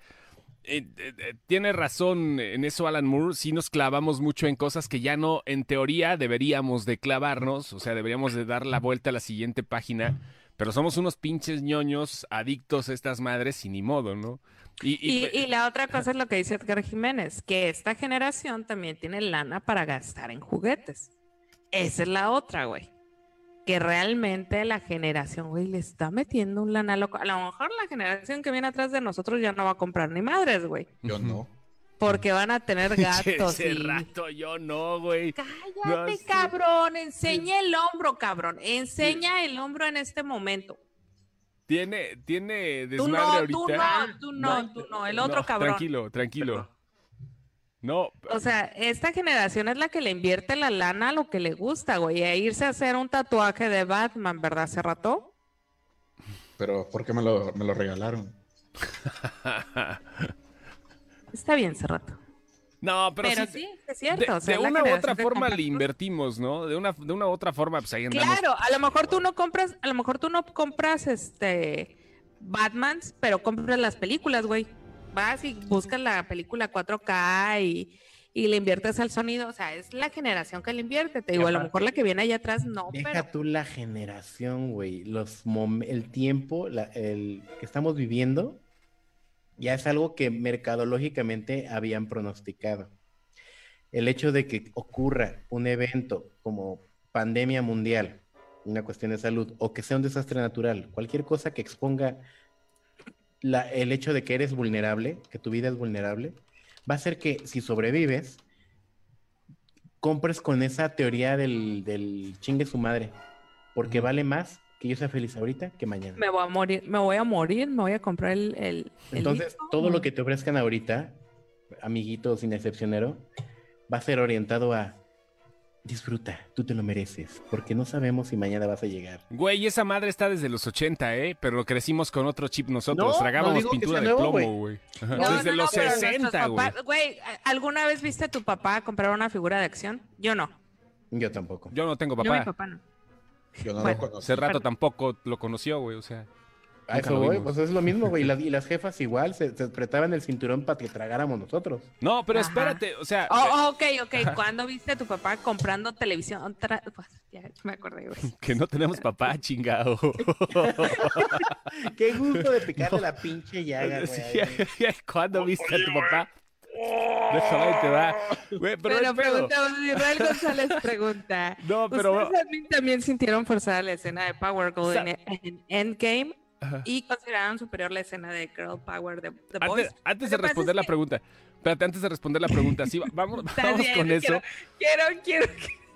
Speaker 1: eh, eh, eh, tiene razón en eso Alan Moore, sí nos clavamos mucho en cosas que ya no, en teoría, deberíamos de clavarnos, o sea, deberíamos de dar la vuelta a la siguiente página, pero somos unos pinches ñoños adictos a estas madres y ni modo, ¿no? Y, y- pues
Speaker 3: Y, y la otra cosa es lo que dice Edgar Jiménez, que esta generación también tiene lana para gastar en juguetes. Esa es la otra, güey. Que realmente la generación, güey, le está metiendo un lana loco. A lo mejor la generación que viene atrás de nosotros ya no va a comprar ni madres, güey.
Speaker 4: Yo
Speaker 1: Ujú.
Speaker 4: no.
Speaker 3: Porque van a
Speaker 1: (laughs)
Speaker 3: tener gatos.
Speaker 1: Ese
Speaker 3: y-
Speaker 1: rato yo no, güey.
Speaker 3: Cállate,
Speaker 1: No, sí.
Speaker 3: cabrón. Enseña el hombro, cabrón. Enseña el hombro en este momento.
Speaker 1: Tiene, tiene
Speaker 3: Tú
Speaker 1: desmadre
Speaker 3: no,
Speaker 1: ahorita.
Speaker 3: tú no, tú no,
Speaker 2: No,
Speaker 3: tú no. El otro
Speaker 1: No,
Speaker 3: cabrón.
Speaker 1: Tranquilo, tranquilo. No,
Speaker 3: O sea, esta generación es la que le invierte la lana a lo que le gusta, güey. E irse a hacer un tatuaje de Batman, ¿verdad? Hace rato.
Speaker 4: Pero ¿por qué me lo, me lo regalaron?
Speaker 3: Está bien, hace rato.
Speaker 1: no, pero,
Speaker 3: Pero,
Speaker 1: sí-
Speaker 3: sí, es
Speaker 1: De,
Speaker 3: cierto. o sea,
Speaker 1: de
Speaker 3: la
Speaker 1: una u otra
Speaker 3: generación que
Speaker 1: forma
Speaker 3: compra
Speaker 1: le invertimos, ¿no? De una, de una u otra forma, pues ahí andamos.
Speaker 3: Claro, a lo mejor tú no compras, a lo mejor tú no compras este Batmans, pero compras las películas, güey. Vas y buscas la película 4K y, y le inviertes al sonido. O sea, es la generación que le invierte. Te digo, a lo
Speaker 2: aparte-
Speaker 3: mejor la que viene allá atrás no,
Speaker 2: Deja
Speaker 3: pero
Speaker 2: tú la generación, güey. Los mom- el tiempo, la- el que estamos viviendo, ya es algo que mercadológicamente habían pronosticado. El hecho de que ocurra un evento como pandemia mundial, una cuestión de salud, o que sea un desastre natural, cualquier cosa que exponga la- el hecho de que eres vulnerable, que tu vida es vulnerable, va a ser que si sobrevives, compres con esa teoría del, del chingue su madre. Porque vale más que yo sea feliz ahorita que mañana.
Speaker 3: me voy a morir, me voy a morir, me voy a comprar el. el- el
Speaker 2: Entonces,
Speaker 3: disco,
Speaker 2: todo lo
Speaker 3: güey.
Speaker 2: que te ofrezcan ahorita, amiguito sin excepcionero, va a ser orientado a disfruta, tú te lo mereces, porque no sabemos si mañana vas a llegar.
Speaker 1: Güey, esa madre está desde los 80, ¿eh? Pero crecimos con otro chip nosotros.
Speaker 2: No, no
Speaker 1: Tragábamos
Speaker 2: digo que
Speaker 1: pintura
Speaker 2: sea
Speaker 1: de
Speaker 2: nuevo,
Speaker 1: plomo, güey. Ajá.
Speaker 3: No,
Speaker 1: desde
Speaker 3: no, no,
Speaker 1: los
Speaker 3: pero nuestros
Speaker 1: 60, güey.
Speaker 3: papás- Güey, ¿a- ¿alguna vez viste a tu papá comprar una figura de acción? Yo no.
Speaker 2: Yo tampoco.
Speaker 1: Yo no tengo
Speaker 3: Yo, mi
Speaker 1: papá.
Speaker 3: papá no.
Speaker 4: Yo no
Speaker 3: Bueno,
Speaker 4: lo conozco.
Speaker 1: Hace rato
Speaker 3: Perdón.
Speaker 1: tampoco lo conoció, güey. O sea,
Speaker 2: a
Speaker 1: nunca
Speaker 2: eso
Speaker 1: lo
Speaker 2: voy,
Speaker 1: vimos.
Speaker 2: pues es lo mismo, güey. Y las, y
Speaker 1: (laughs)
Speaker 2: las jefas igual se, se apretaban el cinturón para que tragáramos nosotros.
Speaker 1: no, pero
Speaker 3: Ajá.
Speaker 1: espérate. O sea, eh,
Speaker 3: Oh, oh, ok,
Speaker 1: (laughs)
Speaker 3: ok. ¿Cuándo viste a tu papá comprando televisión? Tra- Pues, ya me acordé, güey.
Speaker 1: (laughs) que no tenemos papá, chingado.
Speaker 2: (laughs)
Speaker 3: (laughs)
Speaker 2: Qué gusto de (laughs) picarle la pinche (laughs) llaga, güey.
Speaker 1: Sí, (laughs) ¿Cuándo viste a tu papá? Déjame, ahí te va. Güey, pero,
Speaker 3: Pero,
Speaker 1: el pedo-
Speaker 3: preguntamos, Israel González pregunta.
Speaker 1: (laughs) No, pero...
Speaker 3: ¿Ustedes también, también sintieron forzada la escena de Power Girl
Speaker 1: Sa-
Speaker 3: en, en Endgame
Speaker 1: Ajá.
Speaker 3: y consideraron superior la escena de Girl Power de The Boys?
Speaker 1: Antes, antes
Speaker 3: Lo
Speaker 1: de
Speaker 3: que pasa
Speaker 1: responder
Speaker 3: es
Speaker 1: la
Speaker 3: que-
Speaker 1: pregunta, espérate, antes de responder la pregunta, sí, va- vamos,
Speaker 3: (laughs) Está
Speaker 1: (laughs) vamos
Speaker 3: bien,
Speaker 1: con eso.
Speaker 3: quiero- Quiero, quiero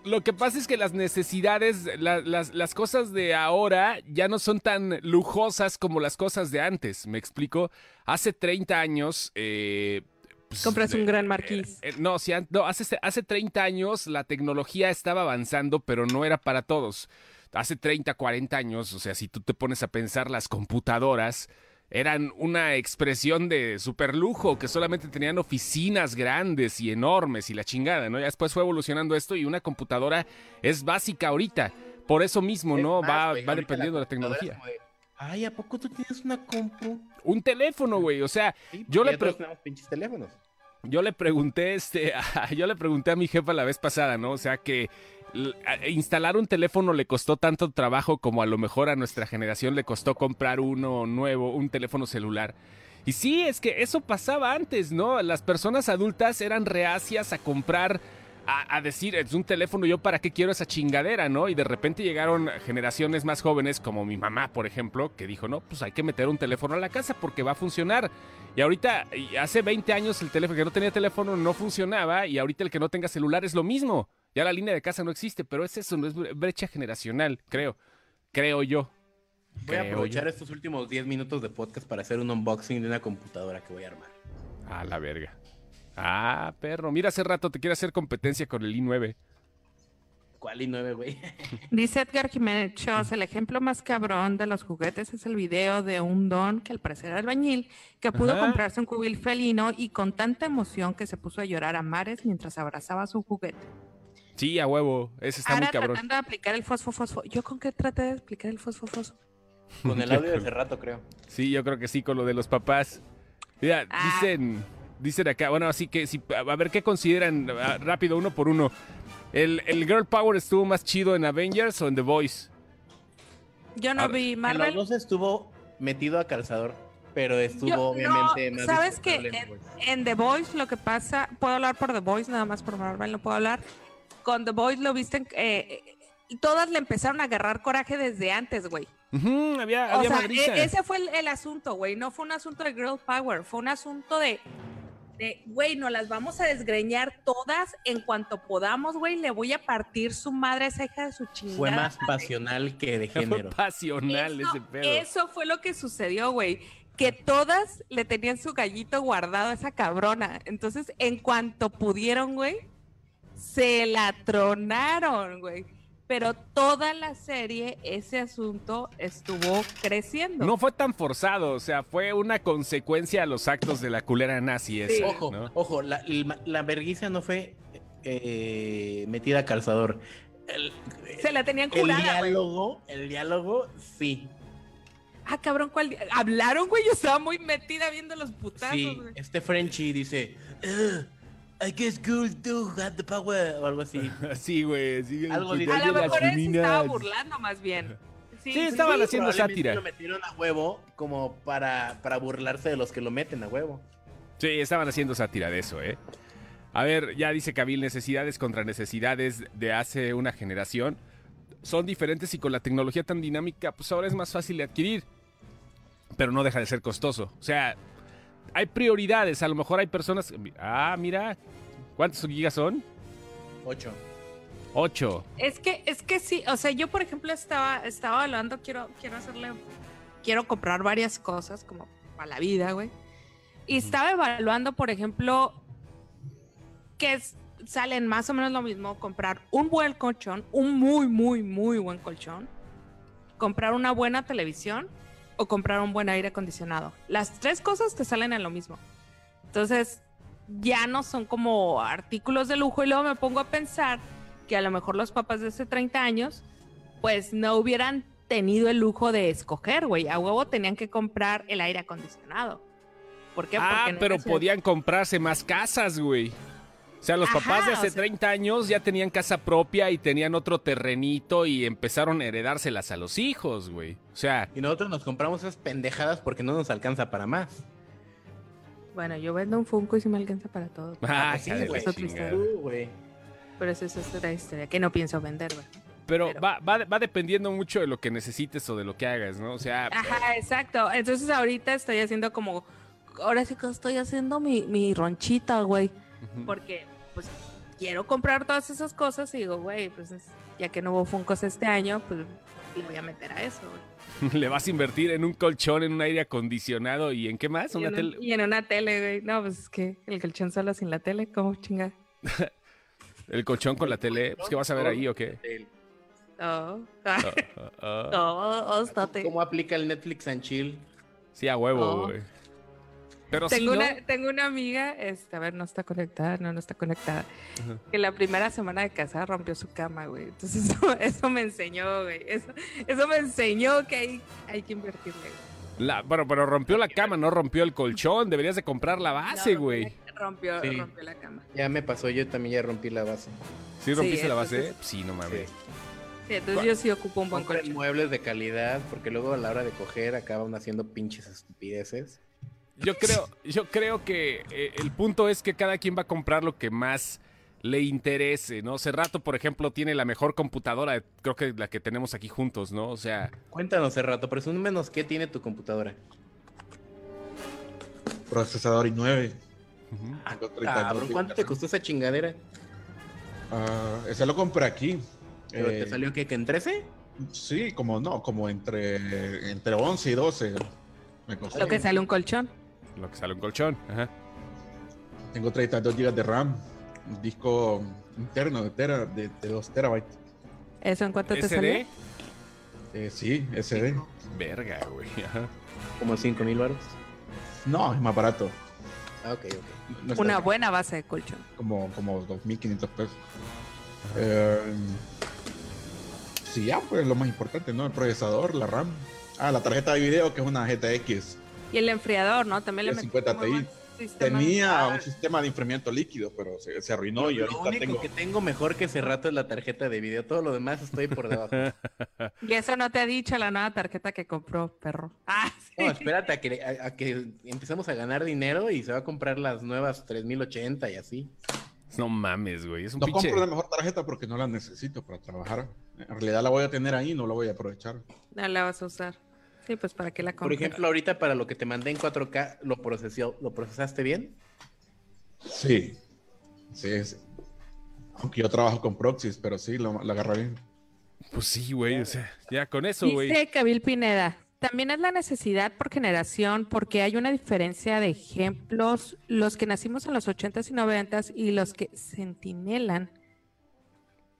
Speaker 1: Lo que pasa es que las necesidades, la- las, las cosas de ahora ya no son tan lujosas como las cosas de antes, ¿me explico? Hace 30 años... eh, pues,
Speaker 3: Compras
Speaker 1: de-
Speaker 3: un gran marquís.
Speaker 1: eh, no, sí, an- no, hace, hace 30 años la tecnología estaba avanzando, pero no era para todos. Hace 30, 40 años, o sea, si tú te pones a pensar, las computadoras eran una expresión de superlujo, que solamente tenían oficinas grandes y enormes y la chingada, ¿no? Ya después fue evolucionando esto y una computadora es básica ahorita. Por eso mismo, ¿no? va va dependiendo de la tecnología.
Speaker 2: Ay, ¿a poco tú tienes una compu?
Speaker 1: Un teléfono, güey. O sea,
Speaker 2: Sí,
Speaker 1: Yo le
Speaker 2: porque ya todos
Speaker 1: pre-
Speaker 2: tenemos pinches teléfonos.
Speaker 1: yo le pregunté, este, (laughs) a- yo le pregunté a mi jefa la vez pasada, ¿no? O sea que l- a- instalar un teléfono le costó tanto trabajo como a lo mejor a nuestra generación le costó comprar uno nuevo, un teléfono celular. Y sí, es que eso pasaba antes, ¿no? Las personas adultas eran reacias a comprar, a, a decir, es un teléfono, yo para qué quiero esa chingadera, ¿no? Y de repente llegaron generaciones más jóvenes, como mi mamá, por ejemplo, que dijo, no, pues hay que meter un teléfono a la casa porque va a funcionar. Y ahorita, y hace 20 años el teléfono que no tenía teléfono no funcionaba y ahorita el que no tenga celular es lo mismo. Ya la línea de casa no existe, pero es eso, no es bre- brecha generacional, creo. Creo yo.
Speaker 2: Voy a
Speaker 1: Creo
Speaker 2: aprovechar
Speaker 1: yo.
Speaker 2: estos últimos 10 minutos de podcast para hacer un unboxing de una computadora que voy a armar.
Speaker 1: A la verga. Ah, perro, mira, hace rato te quiere hacer competencia con el i9.
Speaker 2: ¿Cuál y 9,
Speaker 1: (laughs)
Speaker 2: güey? (laughs)
Speaker 3: Dice Edgar Jiménez Chos, el ejemplo más cabrón de los juguetes es el video de un don que al parecer era albañil, que pudo
Speaker 1: Ajá.
Speaker 3: comprarse un cubil felino y con tanta emoción que se puso a llorar a mares mientras abrazaba su juguete.
Speaker 1: Sí, a huevo, ese está
Speaker 3: Ahora
Speaker 1: muy cabrón.
Speaker 3: tratando de aplicar el fosfo fosfo. ¿Yo con qué traté de aplicar el fosfo fosfo?
Speaker 2: Con el audio de hace rato, creo.
Speaker 1: Sí, yo creo que sí, con lo de los papás. Mira,
Speaker 3: Ah.
Speaker 1: dicen, dicen acá, bueno, así que si, a ver qué consideran Ah, rápido, uno por uno. ¿El, el Girl Power estuvo más chido en Avengers o en The Voice?
Speaker 3: Yo no
Speaker 1: A ver,
Speaker 3: vi
Speaker 2: En los
Speaker 3: Marvel.
Speaker 2: dos estuvo metido a calzador, pero estuvo
Speaker 3: Yo- no,
Speaker 2: obviamente más
Speaker 3: ¿sabes qué?
Speaker 2: disfrutable en
Speaker 3: Eh,
Speaker 2: The Voice.
Speaker 3: En The Voice lo que pasa, puedo hablar por The Voice, nada más por Marvel no puedo hablar. Con The Voice lo viste, en- eh, eh, todas le empezaron a agarrar coraje desde antes, güey.
Speaker 1: Ujú, había
Speaker 3: O
Speaker 1: había
Speaker 3: sea,
Speaker 1: madriza.
Speaker 3: e- ese fue el, el asunto, güey. No fue un asunto de girl power, fue un asunto de, de, güey, nos las vamos a desgreñar todas en cuanto podamos, güey. Le voy a partir su madre a esa hija de su chingada.
Speaker 2: Fue más pasional que de
Speaker 1: (laughs) Fue
Speaker 2: género.
Speaker 1: pasional
Speaker 3: eso,
Speaker 1: ese pedo.
Speaker 3: eso fue lo que sucedió, güey. Que todas le tenían su gallito guardado a esa cabrona. Entonces, en cuanto pudieron, güey, se la tronaron, güey. Pero toda la serie, ese asunto estuvo creciendo.
Speaker 1: No fue tan forzado, o sea, fue una consecuencia a los actos de la culera nazi esa,
Speaker 2: Ojo,
Speaker 1: ¿no? (laughs)
Speaker 2: ojo, la, la, la verguiza no fue eh, metida a calzador. El,
Speaker 3: Se la tenían
Speaker 2: el
Speaker 3: curada, güey.
Speaker 2: diálogo, el diálogo, sí.
Speaker 3: Ah, cabrón, ¿cuál? di- Hablaron, güey. Yo estaba muy metida viendo los putazos,
Speaker 2: Sí,
Speaker 3: güey.
Speaker 2: este Frenchy dice, "Ugh, I guess girls do have the power, o algo así.
Speaker 1: Sí, güey. sí,
Speaker 2: Algo
Speaker 1: pues,
Speaker 2: dirá.
Speaker 1: ya
Speaker 3: A lo
Speaker 1: las
Speaker 3: mejor él se estaba
Speaker 1: minas.
Speaker 3: burlando más bien. Sí,
Speaker 1: Sí, estaban
Speaker 2: Sí,
Speaker 1: haciendo
Speaker 2: probablemente
Speaker 1: sátira.
Speaker 2: Lo metieron a huevo como para, para burlarse de los que lo meten a huevo.
Speaker 1: Sí, estaban haciendo sátira de eso, ¿eh? A ver, ya dice Kabil, necesidades contra necesidades de hace una generación son diferentes y con la tecnología tan dinámica, pues ahora es más fácil de adquirir, pero no deja de ser costoso. O sea, hay prioridades, a lo mejor hay personas... Ah, mira, ¿cuántos gigas son?
Speaker 2: Ocho.
Speaker 1: Ocho.
Speaker 3: Es que, es que sí, o sea, yo por ejemplo estaba, estaba hablando, quiero, quiero hacerle, quiero comprar varias cosas como para la vida, güey. Y estaba evaluando, por ejemplo, que es- salen más o menos lo mismo comprar un buen colchón, un muy, muy, muy buen colchón, comprar una buena televisión o comprar un buen aire acondicionado. Las tres cosas te salen en lo mismo. Entonces, ya no son como artículos de lujo y luego me pongo a pensar que a lo mejor los papás de hace 30 años, pues no hubieran tenido el lujo de escoger, güey. A huevo tenían que comprar el aire acondicionado. ¿Por qué?
Speaker 1: Ah,
Speaker 3: Porque no
Speaker 1: pero
Speaker 3: era ciudad-
Speaker 1: podían comprarse más casas, güey. O sea, los
Speaker 3: Ajá,
Speaker 1: papás de
Speaker 3: o
Speaker 1: hace
Speaker 3: sea-
Speaker 1: 30 años ya tenían casa propia y tenían otro terrenito y empezaron a heredárselas a los hijos, güey. O sea,
Speaker 2: Y nosotros nos compramos esas pendejadas porque no nos alcanza para más.
Speaker 3: Bueno, yo vendo un Funko y si me alcanza para todo.
Speaker 1: ah,
Speaker 2: pues sí,
Speaker 1: hija de la
Speaker 2: güey.
Speaker 3: Eso es otra
Speaker 1: chingada.
Speaker 3: historia.
Speaker 2: Uh, güey.
Speaker 3: Pero eso es otra historia que no pienso vender, güey.
Speaker 1: Pero,
Speaker 3: Pero-
Speaker 1: Va, va, va dependiendo mucho de lo que necesites o de lo que hagas, ¿no? O sea,
Speaker 3: Ajá, exacto. Entonces ahorita estoy haciendo como... Ahora sí que estoy haciendo mi, mi ronchita, güey.
Speaker 1: ujú.
Speaker 3: Porque, pues, quiero comprar todas esas cosas y digo, güey, pues, es- ya que no hubo Funkos este año, pues, le voy a meter a eso,
Speaker 1: (laughs)
Speaker 3: güey.
Speaker 1: le vas a invertir en un colchón, en un aire acondicionado y en qué más?
Speaker 3: Y,
Speaker 1: Una
Speaker 3: en un-
Speaker 1: tele-
Speaker 3: y en una tele, güey. No, pues, es que el colchón solo sin la tele, ¿cómo chinga?
Speaker 1: El colchón con la tele. Pues, ¿Qué vas a ver ahí o qué?
Speaker 2: El-
Speaker 3: No,
Speaker 1: Ah, ah, ah.
Speaker 3: Oh. no, estate.
Speaker 2: ¿Cómo aplica el Netflix and Chill?
Speaker 1: Sí, a huevo,
Speaker 3: No.
Speaker 1: güey. Pero
Speaker 3: Oh. Tengo,
Speaker 1: sí, ¿no?
Speaker 3: una, tengo una amiga, este, a ver, no está conectada, no, no está conectada,
Speaker 5: Ajá.
Speaker 3: que la primera semana de casa rompió su cama, güey. Entonces (laughs) eso, eso me enseñó, güey. Eso, eso me enseñó que hay, hay que invertirle, güey.
Speaker 1: La- bueno, pero rompió la cama, no rompió el colchón. Deberías de comprar la base,
Speaker 3: No,
Speaker 1: Ah, güey.
Speaker 3: Rompió,
Speaker 2: Sí.
Speaker 3: rompió la cama.
Speaker 2: Ya me pasó, yo también ya rompí la base.
Speaker 1: ¿Sí rompiste la base?
Speaker 3: entonces-
Speaker 1: Sí, no mames.
Speaker 2: Sí.
Speaker 3: Sí, entonces yo sí ocupo un buen
Speaker 2: Compren
Speaker 3: colchón.
Speaker 2: muebles de calidad, porque luego a la hora de coger acaban haciendo pinches estupideces.
Speaker 1: Yo creo, yo creo que eh, el punto es que cada quien va a comprar lo que más le interese, ¿no? Cerrato, por ejemplo, tiene la mejor computadora, creo que la que tenemos aquí juntos, ¿no? O sea,
Speaker 2: Cuéntanos, Cerrato, presúmenos qué tiene tu computadora.
Speaker 4: Procesador
Speaker 1: ujú.
Speaker 4: i9. tengo 32
Speaker 2: Ah, Cabrón,
Speaker 4: de
Speaker 2: ¿cuánto te
Speaker 4: internet.
Speaker 2: costó esa chingadera?
Speaker 4: Ah, ese lo compré aquí.
Speaker 2: Pero
Speaker 4: Eh,
Speaker 2: ¿Te salió qué, que en 13?
Speaker 4: Sí, como no, como entre, entre 11 y 12. Me costó.
Speaker 3: Lo que sale un colchón.
Speaker 1: lo que sale un colchón. Ajá.
Speaker 4: Tengo 32 GB de RAM. Un disco interno de, tera, de, 2 terabytes.
Speaker 3: ¿Eso en cuánto te
Speaker 1: ¿SD?
Speaker 3: sale?
Speaker 4: Eh, sí, SD.
Speaker 1: Verga, güey. Ajá.
Speaker 2: Como 5 mil baros.
Speaker 4: No, es más barato.
Speaker 2: Ah, ok, ok.
Speaker 4: No está
Speaker 3: Una
Speaker 4: tan-
Speaker 3: buena base de colchón.
Speaker 4: como, como 2.500 pesos. Eh, sí, ya, pues lo más importante, ¿no? El procesador, la RAM. Ah, la tarjeta de video, que es una GTX.
Speaker 3: Y el enfriador, ¿no? También le
Speaker 4: El
Speaker 3: metí
Speaker 4: 50
Speaker 3: muy
Speaker 4: Ti.
Speaker 3: buen sistema de-
Speaker 4: Tenía un sistema de enfriamiento líquido, pero se, se arruinó y
Speaker 2: lo
Speaker 4: ahorita
Speaker 2: único
Speaker 4: tengo...
Speaker 2: que tengo mejor que Cerrato es la tarjeta de video. Todo lo demás estoy por (laughs) debajo.
Speaker 3: Y eso no te ha dicho la nueva tarjeta que compró, perro. Ah, (laughs) sí.
Speaker 2: No, espérate a que, a, a que empezamos a ganar dinero y se va a comprar las nuevas 3080 y así.
Speaker 1: No mames, güey. Es un
Speaker 4: No
Speaker 1: pinche.
Speaker 4: compro la mejor tarjeta porque no la necesito para trabajar. En realidad la voy a tener ahí, no la voy a aprovechar.
Speaker 3: No la vas a usar. Sí, pues para qué la
Speaker 2: Por
Speaker 3: compras.
Speaker 2: ejemplo, ahorita para lo que te mandé en 4K, ¿lo, procesó, ¿lo procesaste bien?
Speaker 4: Sí. Sí, sí. Aunque yo trabajo con proxies, pero sí, lo- la agarra bien.
Speaker 1: Pues sí, güey. O sea, ya con eso, güey.
Speaker 3: Dice Kabil Pineda, también es la necesidad por generación porque hay una diferencia de ejemplos, los que nacimos en los 80s y 90s y los que sentinelan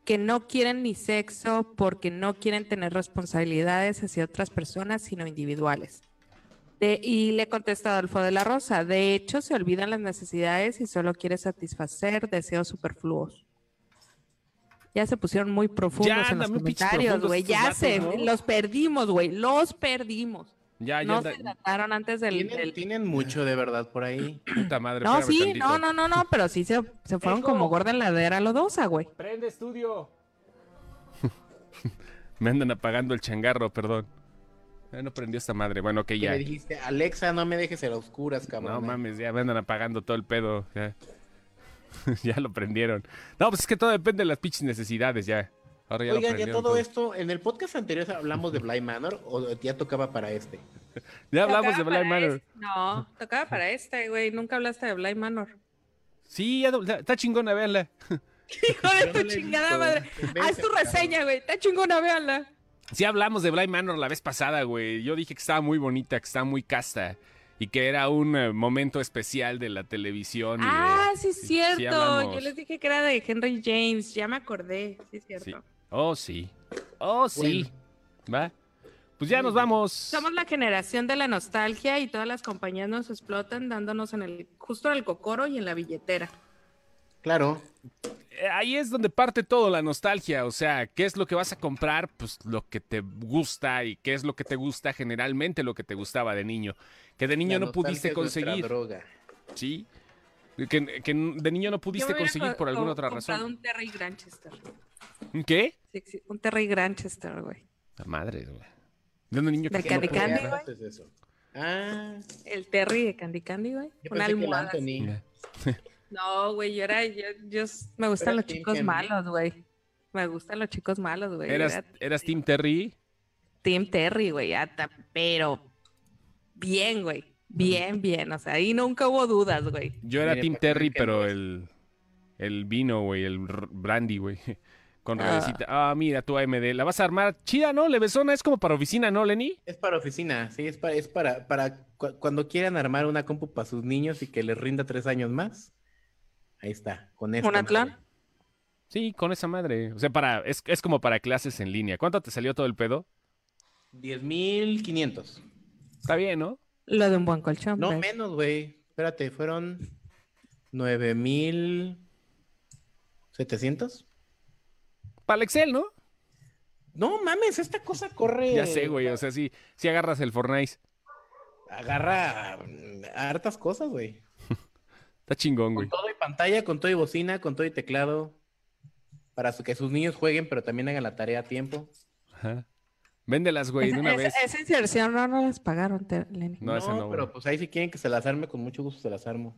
Speaker 3: que no quieren ni sexo porque no quieren tener responsabilidades hacia otras personas, sino individuales. De- y le contesta Adolfo de la Rosa, de hecho se olvidan las necesidades y solo quiere satisfacer deseos superfluos. Ya se pusieron muy profundos en los
Speaker 1: andan muy pinches
Speaker 3: comentarios,
Speaker 1: profundos
Speaker 3: güey.
Speaker 1: estos
Speaker 3: Ya
Speaker 1: vatos,
Speaker 3: se,
Speaker 1: ¿no?
Speaker 3: los perdimos, güey. Los perdimos.
Speaker 1: Ya, ya
Speaker 3: no
Speaker 1: anda-
Speaker 3: se trataron antes del...
Speaker 2: ¿Tienen,
Speaker 3: del-
Speaker 2: tienen mucho de verdad
Speaker 1: (clears throat)
Speaker 2: por ahí.
Speaker 1: Puta madre.
Speaker 3: No,
Speaker 1: espérame
Speaker 3: sí,
Speaker 1: tantito.
Speaker 3: no, no, no, no, pero sí se, se fueron como gorda en la ladera los dos, ah, güey.
Speaker 1: Prende estudio. (laughs) Me andan apagando el changarro, perdón. Ah, no prendió esta madre. Bueno, ok,
Speaker 2: Que
Speaker 1: ya.
Speaker 2: Me dijiste, Alexa, no me dejes a las oscuras, cabrón.
Speaker 1: No mames, ya me andan apagando todo el pedo. Ya, (laughs) Ya lo prendieron. No, pues es que todo depende de las pinches necesidades, ya. Ahora ya lo
Speaker 2: Oigan, ya
Speaker 1: prendieron
Speaker 2: todo
Speaker 1: todo.
Speaker 2: esto, en el podcast anterior hablamos de Blind Manor o ya tocaba para este.
Speaker 1: Ya hablamos de
Speaker 3: Tocaba
Speaker 1: Black
Speaker 3: para
Speaker 1: Manor.
Speaker 3: este- No, tocaba para este, güey. Nunca hablaste de Blind Manor.
Speaker 1: Sí, ya, ya- está chingona, véanla.
Speaker 3: Hijo de
Speaker 2: Yo no
Speaker 3: tu
Speaker 2: la he
Speaker 3: chingada
Speaker 2: visto.
Speaker 3: madre.
Speaker 2: Vente,
Speaker 3: Haz tu
Speaker 2: cabrón.
Speaker 3: reseña, güey. Está chingona, véanla.
Speaker 1: Sí hablamos de Blind Manor la vez pasada, güey. Yo dije que estaba muy bonita, que estaba muy casta. Y que era un eh, momento especial de la televisión. y de-
Speaker 3: Ah, sí, es
Speaker 1: sí
Speaker 3: cierto. Yo
Speaker 1: hablamos.
Speaker 3: les dije que era de Henry James. Ya me acordé. Sí, es cierto.
Speaker 1: Sí. Oh, sí. Oh, sí. ¿Va? Pues ya nos vamos.
Speaker 3: Somos la generación de la nostalgia y todas las compañías nos explotan dándonos en el justo en el cocoro y en la billetera.
Speaker 2: Claro.
Speaker 1: Eh, Ahí es donde parte todo la nostalgia. O sea, ¿qué es lo que vas a comprar? Pues lo que te gusta y qué es lo que te gusta generalmente lo que te gustaba de niño. Que de niño
Speaker 2: La
Speaker 1: no pudiste
Speaker 2: nostalgia es nuestra
Speaker 1: conseguir.
Speaker 2: droga.
Speaker 1: Sí. Que, que de niño no
Speaker 3: Yo
Speaker 1: pudiste
Speaker 3: me hubiera
Speaker 1: conseguir
Speaker 3: co-
Speaker 1: por alguna
Speaker 3: co-
Speaker 1: otra
Speaker 3: comprado
Speaker 1: razón.
Speaker 3: un Terry Granchester.
Speaker 1: ¿Qué?
Speaker 3: Sí, sí, un Terry Granchester, güey.
Speaker 1: La madre, güey. De un niño que
Speaker 3: De
Speaker 1: sí
Speaker 2: ¿Qué
Speaker 1: no
Speaker 3: Candy
Speaker 2: no
Speaker 1: podía-
Speaker 3: Candy,
Speaker 2: podía
Speaker 3: güey.
Speaker 2: antes de eso? Ah,
Speaker 3: El Terry de Candy Candy, güey.
Speaker 2: yo pensé
Speaker 3: Una
Speaker 2: que el
Speaker 3: almohada.
Speaker 2: Anthony.
Speaker 1: Ya.
Speaker 3: No, güey, yo era, yo, yo s- me gustan
Speaker 2: Era
Speaker 3: los
Speaker 2: Team
Speaker 3: chicos
Speaker 2: Henry.
Speaker 3: malos, güey. Me gustan los chicos malos, güey.
Speaker 1: Eras,
Speaker 3: Era
Speaker 1: eras Tim Terry.
Speaker 3: Team Terry, güey, hasta, pero bien, güey. Bien, bien. O sea, ahí nunca hubo dudas, güey.
Speaker 1: Yo era
Speaker 2: Mire,
Speaker 1: Tim
Speaker 3: pues,
Speaker 2: para que vean
Speaker 1: Terry,
Speaker 2: que
Speaker 1: pero
Speaker 2: no es.
Speaker 1: el, el vino, güey, el r- brandy, güey. (laughs) Con
Speaker 3: Ah.
Speaker 1: redecita. Ah, mira, tu AMD. La vas a armar chida, ¿no? Levesona es como para oficina, ¿no, Lenny?
Speaker 2: Es para oficina, sí, es para, es para, para cu- cuando quieran armar una compu para sus niños y que les rinda tres años más. Ahí está, con este esto.
Speaker 3: ¿Un Atlán?
Speaker 2: madre.
Speaker 1: Sí, con esa madre. O sea, para, es, es como para clases en línea. ¿Cuánto te salió todo el pedo?
Speaker 2: 10.500.
Speaker 1: Está bien, ¿no?
Speaker 3: Lo de un buen colchón.
Speaker 2: No
Speaker 3: pues. güey.
Speaker 2: menos, güey. Espérate, fueron 9700.
Speaker 1: Para el Excel, ¿no?
Speaker 2: No mames, esta cosa corre.
Speaker 1: Ya sé, güey. O sea, sí, sí agarras el Fortnite.
Speaker 2: Agarra mm, hartas cosas, güey.
Speaker 1: Está chingón, güey.
Speaker 2: Con todo y pantalla, con todo y bocina, con todo y teclado. Para su- que sus niños jueguen, pero también hagan la tarea a tiempo.
Speaker 1: Ajá. Véndelas, güey, de
Speaker 3: (laughs) Esa-
Speaker 1: una
Speaker 3: esa-
Speaker 1: vez.
Speaker 3: Esa inserción no, no las pagaron, Te- Lenny.
Speaker 1: No, esa no,
Speaker 2: pero
Speaker 1: güey.
Speaker 2: pues ahí si quieren que se las arme, con mucho gusto se las armo.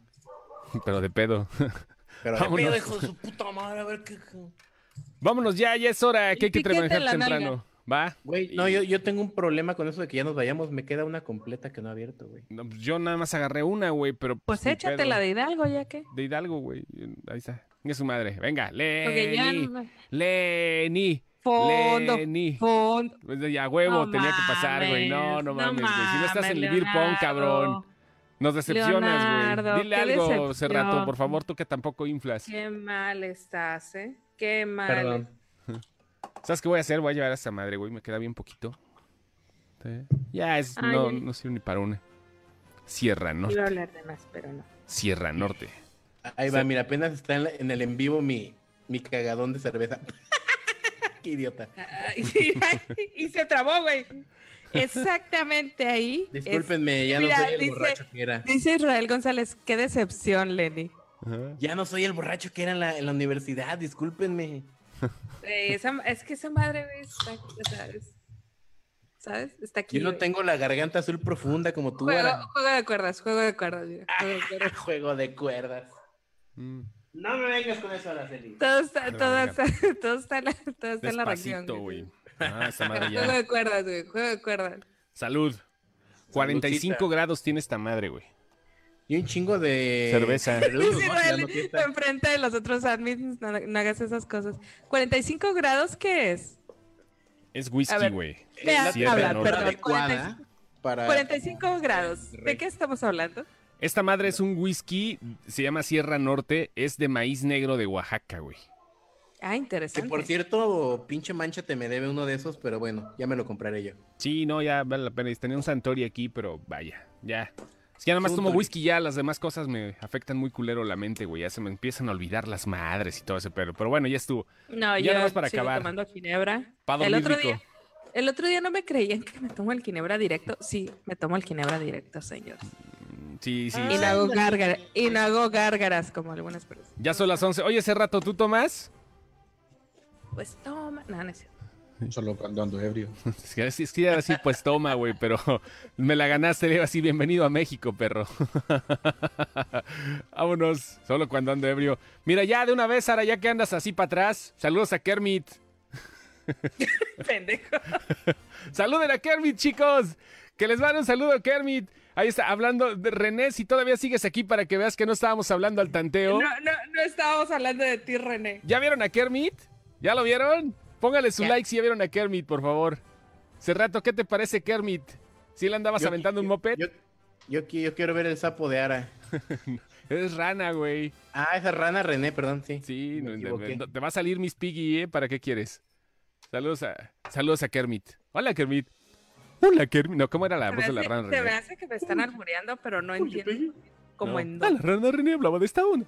Speaker 1: Pero de pedo. (laughs)
Speaker 2: Pero
Speaker 1: Vámonos.
Speaker 2: de pedo, hijo de su puta madre, a ver qué.
Speaker 1: Vámonos ya, ya es hora. Que hay que
Speaker 3: Piquete en
Speaker 1: trabajar
Speaker 3: la nalga.
Speaker 1: temprano. Va.
Speaker 2: Güey, no, yo, yo tengo un problema con eso de que ya nos vayamos. Me queda una completa que no he abierto, güey.
Speaker 1: No, pues, yo nada más agarré una, güey, pero.
Speaker 3: Pues
Speaker 1: ni
Speaker 3: échate
Speaker 1: pedo.
Speaker 3: la de Hidalgo, ya que.
Speaker 1: De Hidalgo, güey. Ahí está. Es su madre. Venga,
Speaker 3: Porque ya.
Speaker 1: Lenny.
Speaker 3: no-
Speaker 1: Lenny.
Speaker 3: Fondo.
Speaker 1: Lenny.
Speaker 3: Fondo.
Speaker 1: Pues, ya huevo,
Speaker 3: No
Speaker 1: tenía que pasar, güey. No, no
Speaker 3: mames,
Speaker 1: mames, güey. Si no estás en
Speaker 3: mames,
Speaker 1: Libir Pong,
Speaker 3: Leonardo.
Speaker 1: cabrón. Nos decepcionas,
Speaker 3: Leonardo,
Speaker 1: güey. Dile
Speaker 3: qué
Speaker 1: algo,
Speaker 3: decepción.
Speaker 1: Cerrato, por favor, tú que tampoco inflas.
Speaker 3: Qué mal estás, ¿eh? Qué mal.
Speaker 2: Perdón.
Speaker 1: ¿Sabes qué voy a hacer? Voy a llevar a esta madre, güey. Me queda bien poquito. Sí. Ya, es,
Speaker 3: Ay,
Speaker 1: no,
Speaker 3: ay.
Speaker 1: no sirve ni para una. Sierra
Speaker 3: Iba a
Speaker 1: Norte.
Speaker 3: hablar de más, pero no.
Speaker 1: Sierra Norte.
Speaker 2: Ahí va, mira, apenas está en, la- en el en vivo mi, mi cagadón de cerveza. (laughs) qué idiota.
Speaker 3: Ay, (laughs) y se
Speaker 2: (laughs)
Speaker 3: trabó, güey. Exactamente ahí. es-
Speaker 2: Discúlpenme, ya no
Speaker 3: mira,
Speaker 2: soy el
Speaker 3: dice-
Speaker 2: borracho que era.
Speaker 3: dice Israel González, qué decepción, Lenny.
Speaker 2: Ya no soy el borracho que era en la, en la universidad, discúlpenme.
Speaker 3: Eh, esa- es que esa madre, güey, está aquí, ¿sabes? ¿Sabes? Está aquí.
Speaker 2: Yo no
Speaker 3: güey.
Speaker 2: tengo la garganta azul profunda como tú,
Speaker 3: Juego,
Speaker 2: Ara.
Speaker 3: juego de cuerdas, juego de cuerdas, mira, juego de
Speaker 2: (laughs)
Speaker 3: cuerdas.
Speaker 2: Juego de cuerdas.
Speaker 1: Mm.
Speaker 2: No me vengas con eso, Araceli.
Speaker 3: Todo está,
Speaker 1: la
Speaker 3: todo
Speaker 1: verga.
Speaker 3: está- (laughs) todo está en la, todo está en la región.
Speaker 1: Despacito, güey. Ah, esa madre
Speaker 3: Juego
Speaker 1: ya.
Speaker 3: de cuerdas, güey, juego de cuerdas.
Speaker 1: Salud. 45
Speaker 2: Saludcita.
Speaker 1: grados tiene esta madre, güey.
Speaker 2: Y un chingo de...
Speaker 1: Cerveza.
Speaker 2: Perú, Pues ¿no?
Speaker 3: Sí,
Speaker 2: Tirando
Speaker 3: Noel,
Speaker 2: fiesta.
Speaker 3: enfrente de los otros admins, no, no hagas esas cosas. ¿45 grados qué es?
Speaker 1: Es
Speaker 3: A
Speaker 1: whisky,
Speaker 3: ver.
Speaker 1: güey.
Speaker 2: Es
Speaker 3: Vea,
Speaker 2: la
Speaker 1: Sierra
Speaker 2: temperatura
Speaker 1: habla, perdón,
Speaker 2: adecuada para...
Speaker 3: 45 grados. ¿De qué estamos hablando?
Speaker 1: Esta madre es un whisky, se llama Sierra Norte, es de maíz negro de Oaxaca, güey.
Speaker 3: Ah,
Speaker 2: Que
Speaker 3: interesante.
Speaker 2: por cierto, pinche mancha te me debe uno de esos, pero bueno, ya me lo compraré yo.
Speaker 1: Sí, no, ya vale la pena. Tenía un Santori aquí, pero vaya, ya. Es que ya nada más tomo
Speaker 2: Suntory.
Speaker 1: whisky, ya las demás cosas me afectan muy culero la mente, güey. Ya se me empiezan a olvidar las madres y todo ese pedo. Pero bueno, ya estuvo. Ya
Speaker 3: No, yo
Speaker 1: nada más para
Speaker 3: sigo
Speaker 1: acabar.
Speaker 3: tomando ginebra.
Speaker 1: Pa'
Speaker 3: el
Speaker 1: dormir
Speaker 3: otro
Speaker 1: rico.
Speaker 3: día, el otro día no me creían que me tomo el ginebra directo. Sí, me tomo el ginebra directo, señor.
Speaker 1: Mm, Sí, sí.
Speaker 2: Ah.
Speaker 1: sí.
Speaker 3: Y no hago gárgaras, y no hago gárgaras como algunas personas.
Speaker 1: Ya son las 11. Oye, ese rato, ¿tú tomas?
Speaker 3: Pues toma, no, no
Speaker 1: (laughs)
Speaker 3: es cierto.
Speaker 4: Solo cuando ando ebrio.
Speaker 1: Es que, es que era así, pues toma, güey, pero (laughs) me la ganaste. Le iba así, bienvenido a México, perro. (laughs) Vámonos, solo cuando ando ebrio. Mira, ya de una vez, Sara, ya que andas así para atrás, saludos a Kermit.
Speaker 3: Pendejo.
Speaker 1: Saluden a Kermit, chicos. Que les mando un saludo, Kermit. Ahí está, hablando de René, si todavía sigues aquí para que veas que no estábamos hablando al tanteo.
Speaker 3: No, no, no estábamos hablando de ti, René.
Speaker 1: ¿Ya vieron a Kermit? ¿Ya lo vieron? Póngale su
Speaker 3: Ya.
Speaker 1: like si ya vieron a Kermit, por favor. Cerrato, ¿qué te parece Kermit? ¿Sí le andabas
Speaker 2: Yo-
Speaker 1: aventando un
Speaker 2: yo-
Speaker 1: moped?
Speaker 2: Yo, yo, qui- yo quiero ver el sapo de Ara.
Speaker 1: Eres rana, güey.
Speaker 2: Ah, esa rana René, perdón, sí.
Speaker 1: Sí,
Speaker 2: Me
Speaker 1: no-
Speaker 2: equivoqué.
Speaker 1: no- te va a salir Miss Piggy, ¿eh? ¿Para qué quieres? Saludos a, saludos a Kermit. Hola, Kermit. Hola, Kermit. No, ¿cómo era la
Speaker 3: Se me
Speaker 1: voz de la
Speaker 3: hace-
Speaker 1: rana?
Speaker 3: se me
Speaker 1: René?
Speaker 3: hace que me están albureando, pero no entiendo. Como
Speaker 1: No.
Speaker 3: en
Speaker 1: Ah,
Speaker 3: dónde.
Speaker 1: la rana René hablaba de esta onda.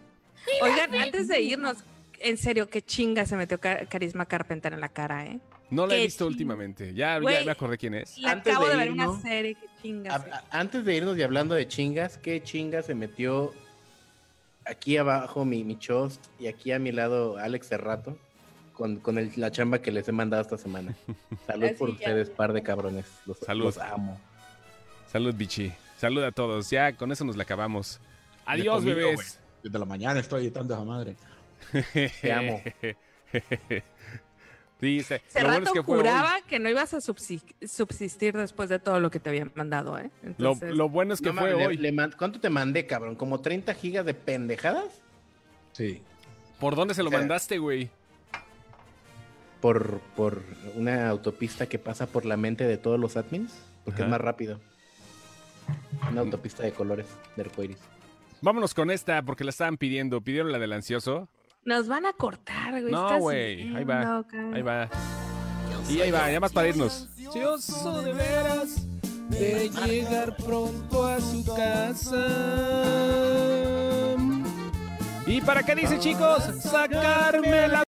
Speaker 3: Oigan, antes de irnos, en serio, qué chinga se metió Ca- Carisma Carpenter en la cara, ¿eh.
Speaker 1: No la he
Speaker 3: Qué
Speaker 1: visto
Speaker 3: chingón.
Speaker 1: últimamente. Ya, ya
Speaker 3: Güey.
Speaker 1: me acordé quién es.
Speaker 3: La
Speaker 2: Antes
Speaker 3: acabo
Speaker 2: de
Speaker 3: de, ver
Speaker 2: irnos-
Speaker 3: una serie, qué chinga.
Speaker 2: A- a- antes de irnos y hablando de chingas, ¿qué chingas se metió aquí abajo mi, mi chost y aquí a mi lado Alex Cerrato con, con el- la chamba que les he mandado
Speaker 1: (laughs)
Speaker 2: esta semana? Salud
Speaker 3: Así
Speaker 2: por
Speaker 3: Ah, ya.
Speaker 2: ustedes, par de cabrones. Los,
Speaker 1: Salud.
Speaker 2: los amo.
Speaker 1: Salud, Bichi. Salud a todos. Ya, con eso nos la acabamos. Adiós,
Speaker 4: conmigo,
Speaker 1: bebés.
Speaker 4: Desde la mañana estoy editando a esa madre.
Speaker 2: Te amo.
Speaker 1: (laughs) sí, se-
Speaker 3: Hace
Speaker 1: lo bueno
Speaker 3: rato
Speaker 1: es que fue hoy.
Speaker 3: juraba que no ibas a subsi- subsistir después de todo lo que te habían mandado, ¿eh?
Speaker 1: Lo,
Speaker 3: Entonces,
Speaker 1: lo bueno es que
Speaker 2: No
Speaker 1: fue
Speaker 2: mames, le-
Speaker 1: hoy.
Speaker 2: le man- ¿Cuánto te mandé, cabrón? ¿Como 30 gigas de pendejadas?
Speaker 4: Sí.
Speaker 1: ¿Por dónde se lo
Speaker 2: o sea,
Speaker 1: mandaste, güey?
Speaker 2: Por, por una autopista que pasa por la mente de todos los admins, porque
Speaker 1: Ajá.
Speaker 2: es más rápido. Una autopista de colores, de arcoiris.
Speaker 1: Vámonos con esta, porque la estaban pidiendo. Pidieron la del ansioso.
Speaker 3: Nos van a cortar, güey.
Speaker 1: No,
Speaker 3: estás
Speaker 1: güey, ahí va,
Speaker 3: mintiendo, cabrón.
Speaker 1: Ahí va. Y ahí va, ya más para irnos. Ansioso de veras
Speaker 5: de llegar pronto a su casa.
Speaker 1: ¿Y para qué dice, chicos? Sacarme la